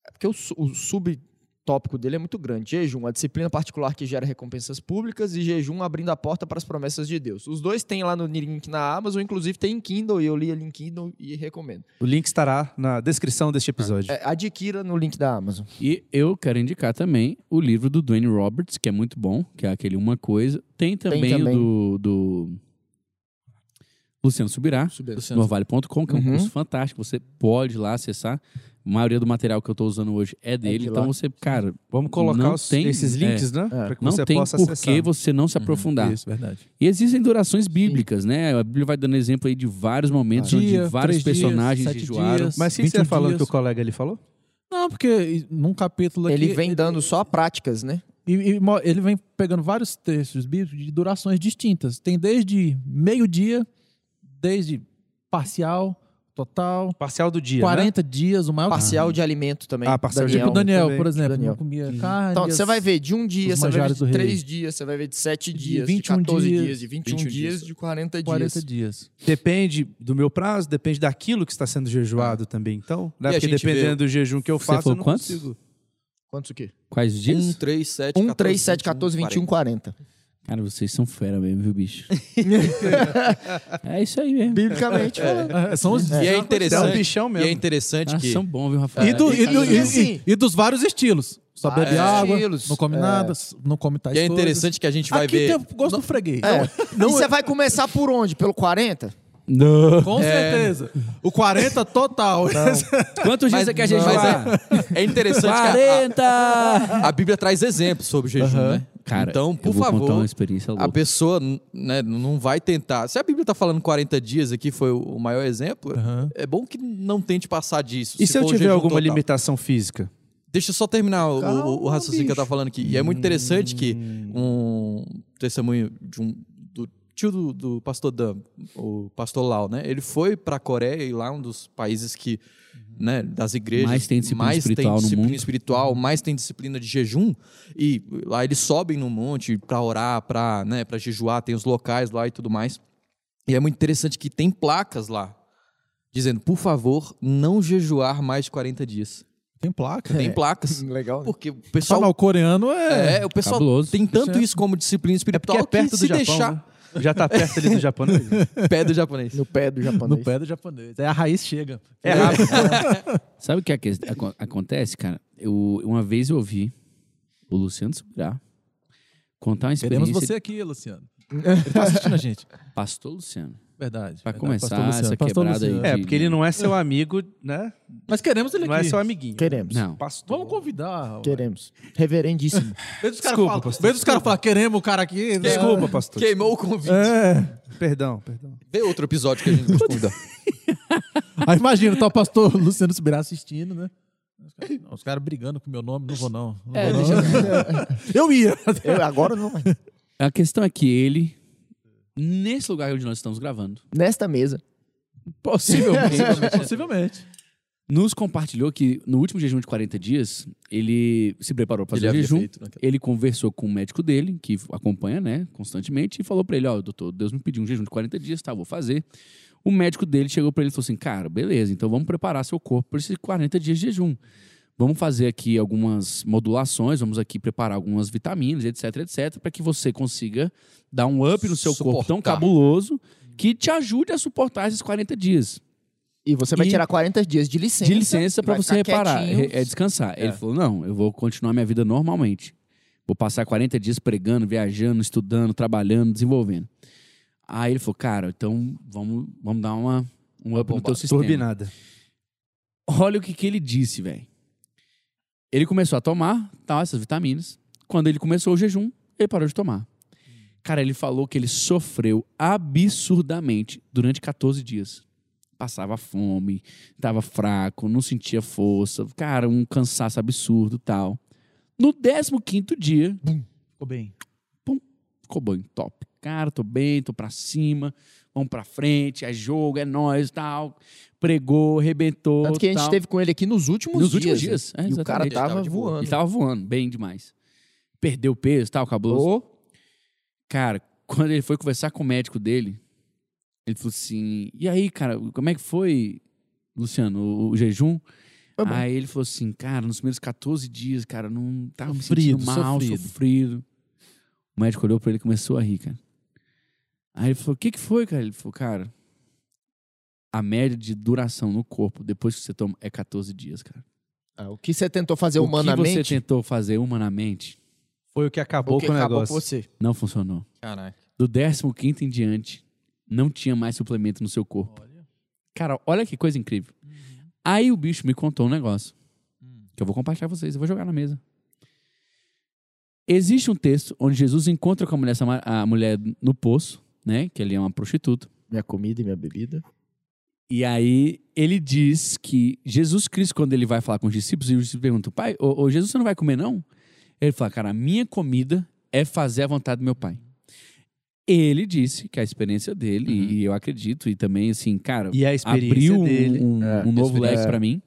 E: é porque o, su- o subtópico dele é muito grande. Jejum, a disciplina particular que gera recompensas públicas e jejum abrindo a porta para as promessas de Deus. Os dois tem lá no link na Amazon, inclusive tem em Kindle, e eu li ele em Kindle e recomendo.
C: O link estará na descrição deste episódio.
E: É, adquira no link da Amazon.
A: E eu quero indicar também o livro do Dwayne Roberts, que é muito bom, que é aquele Uma Coisa. Tem também,
E: também.
A: o do, do Luciano Subirá,
B: Luciano,
A: norvale.com, que é um
E: Uhum.
A: curso fantástico. Você pode ir lá acessar. A maioria do material que eu estou usando hoje é dele.
E: de
A: então
E: lá.
A: você, cara,
C: Vamos colocar
A: não
C: os-
A: tem-
C: esses links, né?
E: É.
C: Para que
A: não
C: você
A: tem
C: possa
A: por
C: acessar.
A: que você não se aprofundar.
D: Isso, verdade.
A: E existem durações bíblicas, né? A Bíblia vai dando exemplo aí de vários momentos
D: Dia,
A: onde vários
D: três dias,
A: personagens
D: sete
A: jejuaram.
D: dias.
C: Mas o que que você
D: 21
C: falou
D: dias.
C: que o colega ali falou?
D: Não, porque num capítulo aqui...
E: Ele vem dando só práticas, né?
D: E, e mo- ele vem pegando vários textos bíblicos de durações distintas. Tem desde meio-dia, desde parcial, total,
C: Parcial do dia, né?
D: 40 dias, o maior...
E: né? Parcial de alimento também.
C: Ah, parcial de
E: Daniel.
D: Tipo o Daniel,
C: também.
D: por exemplo,
E: Daniel.
D: não comia carne.
E: Então, você vai ver de um dia,
D: os
E: você vai ver
D: manjares
E: de
D: do rei.
E: três dias, você vai ver de sete
D: De
E: dias, de
D: 21
E: 14 dias,
D: dias,
E: de 21,
B: 21
E: dias,
B: dias.
E: de 40 dias.
D: 40 dias.
C: né? Depende do meu prazo, depende daquilo que está sendo jejuado também, então.
B: E
C: Né?
B: a
C: Porque
B: gente
C: dependendo
B: vê-
C: do jejum que eu
A: Você
C: faço, eu
A: falou
C: não
A: quantos?
C: consigo.
E: Quantos o quê?
A: 40
B: 1,
A: dias?
B: 3, 7,
E: 1, 3, 7, 14, 21, 40.
A: Cara, vocês são fera mesmo, viu, bicho? é isso aí mesmo.
E: Biblicamente. falando.
D: É, São os
B: E é
C: É um
B: interessante,
C: bichão
B: e é
C: mesmo.
B: interessante
A: Ah,
B: que...
A: são bom, viu, Rafael?
D: E, do- e do- e-
E: assim-
D: e- e dos vários estilos. Só
B: Ah,
D: bebe
B: é.
D: água,
E: Estilos,
D: não come
E: é.
D: nada, não come tais
B: E é
D: coisas.
B: interessante que a gente vai
D: Aqui
B: ver...
D: tem o gosto do freguês.
E: É. e você vai começar por onde? Pelo 40?
A: Não.
D: Com certeza. O 40 total.
A: Quantos dias você quer jejuar?
B: Mas é, é interessante que
A: 40!
B: a, a Bíblia traz exemplos sobre o jejum, né?
A: Cara,
B: então, por
A: eu vou
B: favor,
A: contar uma experiência
B: a
A: louca.
B: pessoa n- né, não vai tentar. Se a Bíblia tá falando 40 dias aqui, foi o- o maior exemplo,
D: Aham.
B: é bom que não tente passar disso.
C: E se eu
B: for o
C: tiver
B: jejum
C: alguma
B: total.
C: limitação física?
B: Deixa eu só terminar o-
C: Calma,
B: o, o raciocínio que eu tava falando aqui. E é muito interessante que
A: Hum.
B: um testemunho de um do tio do, do pastor Dan, o pastor Lau, né? Ele foi pra Coreia e lá é um dos países que, né, das igrejas
A: Uhum. Mais tem disciplina
B: mais
A: espiritual no
B: tem disciplina
A: mundo. Uhum.
B: espiritual, mais tem disciplina de jejum. E lá eles sobem no monte pra orar, pra, né, para jejuar, tem os locais lá e tudo mais. E é muito interessante que tem placas lá dizendo, por favor, não jejuar mais de 40 dias.
D: Tem placa.
A: É.
B: Tem placas.
E: Legal. né?
B: Porque o pessoal.
D: Só não, o coreano é...
B: é, o pessoal
A: cabuloso.
B: tem tanto
D: Isso é-
B: isso como disciplina
C: É porque
B: espiritual
C: é perto
B: que
C: do
B: se
C: Japão,
B: deixar
C: né? Já tá perto ali do Japão. né?
B: pé do japonês.
E: No pé do japonês.
D: No pé do japonês. É a raiz chega.
C: É rápido.
A: Sabe o que, é que aco- acontece, cara? Eu, uma vez eu ouvi o Luciano Subirá contar uma
D: Queremos
A: experiência
D: você aqui, Luciano. Ele tá assistindo a gente.
A: de pastor Luciano.
D: Verdade.
A: Pra
D: Verdade.
A: começar
D: Pastor Luciano,
A: essa
D: Pastor
A: quebrada aí
D: Luciano.
C: É, porque ele não é seu amigo, né?
D: Mas queremos ele aqui.
C: Não é seu amiguinho.
E: Queremos.
A: Não.
C: Pastor.
D: Vamos convidar.
E: Queremos. Reverendíssimo.
D: Vez os caras
C: Desculpa,
D: falam-
C: pastor.
D: vez os caras falar, queremos o cara aqui. né?
C: Desculpa, pastor.
B: Queimou o convite.
D: É.
C: Perdão, perdão.
B: Vê outro episódio que a gente vai te convidar.
D: Aí imagina, tá o pastor Luciano Subirá assistindo, né? cara, não, os caras brigando com o meu nome, não vou não. não
E: É,
D: vou, não.
E: deixa
D: Eu ia.
E: eu, agora não, mas
A: A questão é que ele, nesse lugar onde nós estamos gravando,
E: nesta mesa.
A: possivelmente,
D: Possivelmente.
A: nos compartilhou que no último jejum de 40 dias, ele se preparou para fazer
B: Ele
A: o
B: havia
A: jejum.
D: né?
B: feito naquela-
A: Ele conversou com o médico dele, que acompanha, né, constantemente, e falou pra ele: Ó, doutor, Deus me pediu um jejum de 40 dias, tá, vou fazer. O médico dele chegou pra ele e falou assim: Cara, beleza, então vamos preparar seu corpo para esses 40 dias de jejum. Vamos fazer aqui algumas modulações, vamos aqui preparar algumas vitaminas, etc, etc, para que você consiga dar um up no seu corpo tão
B: Suportar.
A: cabuloso que te ajude a suportar esses 40 dias
E: E você vai
A: E-
E: tirar 40 dias de licença.
A: de licença pra
E: vai
A: você
E: ficar
A: reparar,
E: quietinho.
A: re- é descansar. Ele falou: "Não, eu vou continuar minha vida normalmente. Vou passar 40 dias pregando, viajando, estudando, trabalhando, desenvolvendo". Aí ele falou: "Cara, então vamos, vamos dar uma um up no teu sistema".
C: Turbinada.
A: Olha o que que ele disse, velho. Ele começou a tomar tal essas vitaminas. Quando ele começou o jejum, ele parou de tomar. Cara, ele falou que ele sofreu absurdamente durante 14 dias. Passava fome, tava fraco, não sentia força, cara, um cansaço absurdo, tal. No 15º dia,
D: Ficou bem.
A: ficou bom, top. Cara, tô bem, tô pra cima, vamos pra frente, é jogo, é nós, tal. Pregou, arrebentou,
E: Tanto que a gente
A: tal.
E: esteve com ele aqui nos últimos
A: Nos
E: dias.
A: últimos dias, é,
E: né? e o cara
A: exatamente.
E: tava,
B: Ele tava de boa.
E: voando.
A: Ele tava voando bem demais. Perdeu peso, tal, cabuloso.
E: Ô,
A: Cara, quando ele foi conversar com o médico dele, ele falou assim: E aí, cara, como é que foi, Luciano, o, o jejum?
E: Foi bom.
A: aí ele falou assim: Cara, nos primeiros 14 dias, cara, não tava me
D: Sofrido,
A: sentindo mal,
D: sofrido.
A: sofrido. O médico olhou pra ele e começou a rir, cara. Aí ele falou: O que, que foi, cara? Ele falou: Cara, a média de duração no corpo depois que você toma é 14 dias, cara.
E: ah, o que você tentou fazer
A: O que você
E: humanamente?
A: tentou fazer humanamente
C: Foi o que acabou
E: o que
C: com o
E: acabou
C: negócio.
E: com você.
A: não funcionou.
B: Caraca.
A: do 15 em diante, não tinha mais suplemento no seu corpo. Cara, olha que coisa incrível. Aí o bicho me contou um negócio que eu vou compartilhar com vocês, eu vou jogar na mesa. Existe um texto onde Jesus encontra com a mulher, sama- a mulher no poço, né? Que ele é uma prostituta.
E: Minha comida e minha bebida.
A: E aí ele diz que Jesus Cristo, quando ele vai falar com os discípulos, e os discípulos perguntam, pai, ô, ô, Jesus, você não vai comer não? Ele fala, cara, a minha comida é fazer a vontade do meu pai. Ele disse que a experiência dele, e- e eu acredito, e também assim, cara,
C: E a experiência
A: abriu um-
C: dele.
A: um,
E: É,
A: um novo
B: experiência.
A: leque pra mim,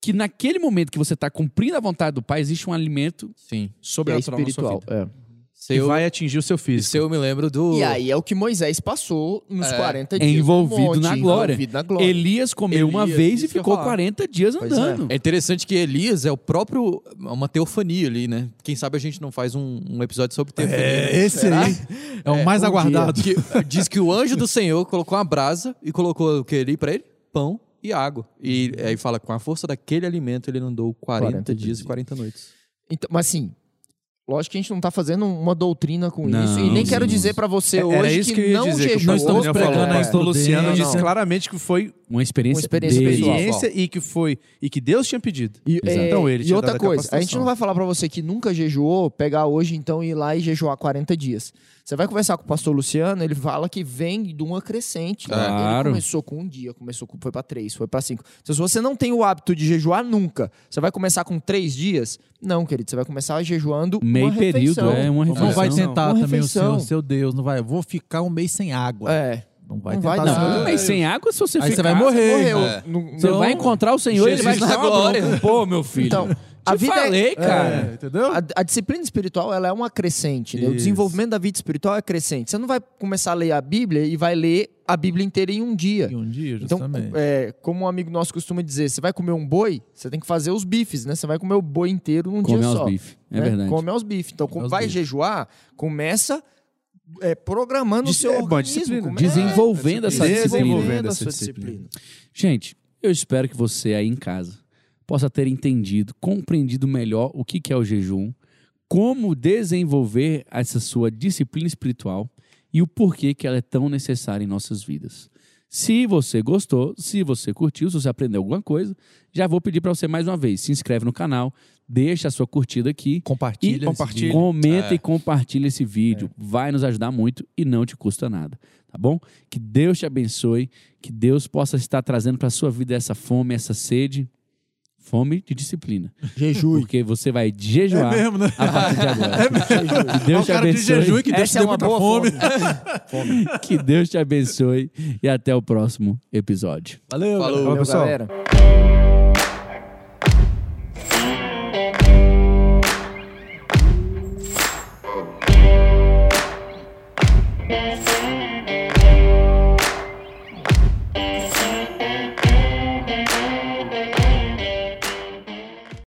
A: que naquele momento que você tá cumprindo a vontade do pai, existe um alimento
B: Sim.
E: E é
A: sobrenatural na sua
E: espiritual.
A: vida.
E: é.
B: Se
C: Que
B: eu,
C: vai atingir o seu físico.
B: se eu me lembro do.
E: E aí é o que Moisés passou nos
B: É.
E: 40 dias.
A: Envolvido
E: um monte,
A: na glória.
E: Envolvido na glória.
A: Elias comeu uma
B: Elias,
A: vez
B: isso
A: e
B: que eu ia
A: ficou
B: falar.
A: 40 dias
E: Pois
A: andando.
B: É interessante que Elias é o próprio. é uma teofania ali, né? Quem sabe a gente não faz um, um episódio sobre teofania. Um
D: É, esse aí é o mais aguardado.
B: Que, diz que o anjo do Senhor colocou uma brasa e colocou o que ali pra ele? Pão e água. E aí fala, com a força daquele alimento ele andou 40,
E: 40
B: dias
E: dias.
B: e 40 noites.
E: Então, mas assim, lógico que a gente não tá fazendo uma doutrina com
A: Não,
E: isso. E nem
A: sim,
E: quero
A: não.
E: dizer pra você
C: É,
E: hoje
C: era isso que,
E: que,
C: eu ia
E: não
C: dizer. que
E: jejuou.
C: o
D: nós estamos
C: Paulo falou,
D: pregando a
C: é.
D: instrução
C: O Luciano
E: dele,
C: disse
E: não.
C: claramente que foi
A: Uma experiência,
E: Uma experiência
A: dele.
E: pessoal.
C: experiência e que foi e que Deus tinha pedido.
E: E, é,
C: Então ele
E: e
C: tinha
E: outra
C: dado a
E: coisa, a gente
C: capacitação.
E: não vai falar pra você que nunca jejuou, pegar hoje então e ir lá e jejuar 40 dias. Você vai conversar com o pastor Luciano, ele fala que vem de uma crescente. né?
A: Claro.
E: Ele começou com um dia, começou com, foi pra três, foi pra cinco. Então, se você não tem o hábito de jejuar nunca, você vai começar com três dias? Não, querido, você vai começar jejuando
A: Meio
E: uma
A: período,
E: refeição.
A: é uma refeição.
D: Não vai
C: Não,
D: tentar
E: uma
D: também o
E: refeição.
D: seu, seu Deus, não vai. Vou ficar um mês sem água.
E: É,
D: Não vai
E: Não vai
D: tentar.
E: dar.
D: seu
A: Não,
D: Deus.
A: mas sem água, se você
D: Aí você
A: ficar,
D: vai morrer.
E: morreu.
B: É.
E: Não-
A: Você
E: não-
A: vai encontrar o Senhor e ele vai te
B: Jesus
A: dar
B: na
A: uma
B: glória.
A: bronca. Pô, meu filho.
E: Então, a
A: te
E: vida é-
A: falei, cara.
D: É, entendeu?
E: A, a disciplina espiritual ela é uma crescente. né? O
D: Isso.
E: desenvolvimento da vida espiritual é crescente. Você não vai começar a ler a Bíblia e vai ler a Bíblia inteira em um dia.
D: E um dia,
E: Então,
D: justamente.
E: é, como um amigo nosso costuma dizer, você vai comer um boi, você tem que fazer os bifes, né? Você vai comer o boi inteiro num
A: Comer
E: um dia
A: os
E: só.
A: bifes. É
E: né?
A: verdade.
E: Come aos bifes. Então,
D: Comer
E: quando
D: aos
E: vai
D: bifes.
E: jejuar, começa é, programando
C: Dis-
E: o
C: é,
E: seu
C: bom,
E: organismo.
C: disciplina.
E: Come-
A: Desenvolvendo
E: é,
A: essa disciplina.
E: desenvolvendo a sua disciplina.
A: Gente, eu espero que você aí em casa possa ter entendido, compreendido melhor o que que é o jejum, como desenvolver essa sua disciplina espiritual e o porquê que ela é tão necessária em nossas vidas. Se você gostou, se você curtiu, se você aprendeu alguma coisa, já vou pedir para você mais uma vez, se inscreve no canal, deixa a sua curtida aqui
D: Compartilha.
A: E
D: esse
C: compartilha.
D: vídeo. É.
A: Comenta
B: É.
A: e compartilha esse vídeo. Vai nos ajudar muito e não te custa nada, tá bom? Que Deus te abençoe, que Deus possa estar trazendo para sua vida essa fome, essa sede. fome de disciplina.
E: Jejum.
A: Porque você vai
D: É
A: jejuar
D: né?
A: a partir de agora. Que Deus te
D: cara de jejum
A: abençoe.
D: que tá- Deus te
E: Essa é
D: deu
E: uma
D: muita
E: boa
D: fome.
E: fome.
A: Que Deus te abençoe e até o próximo episódio.
D: Valeu,
B: Falou.
D: galera.
E: Valeu,
C: pessoal.
E: galera.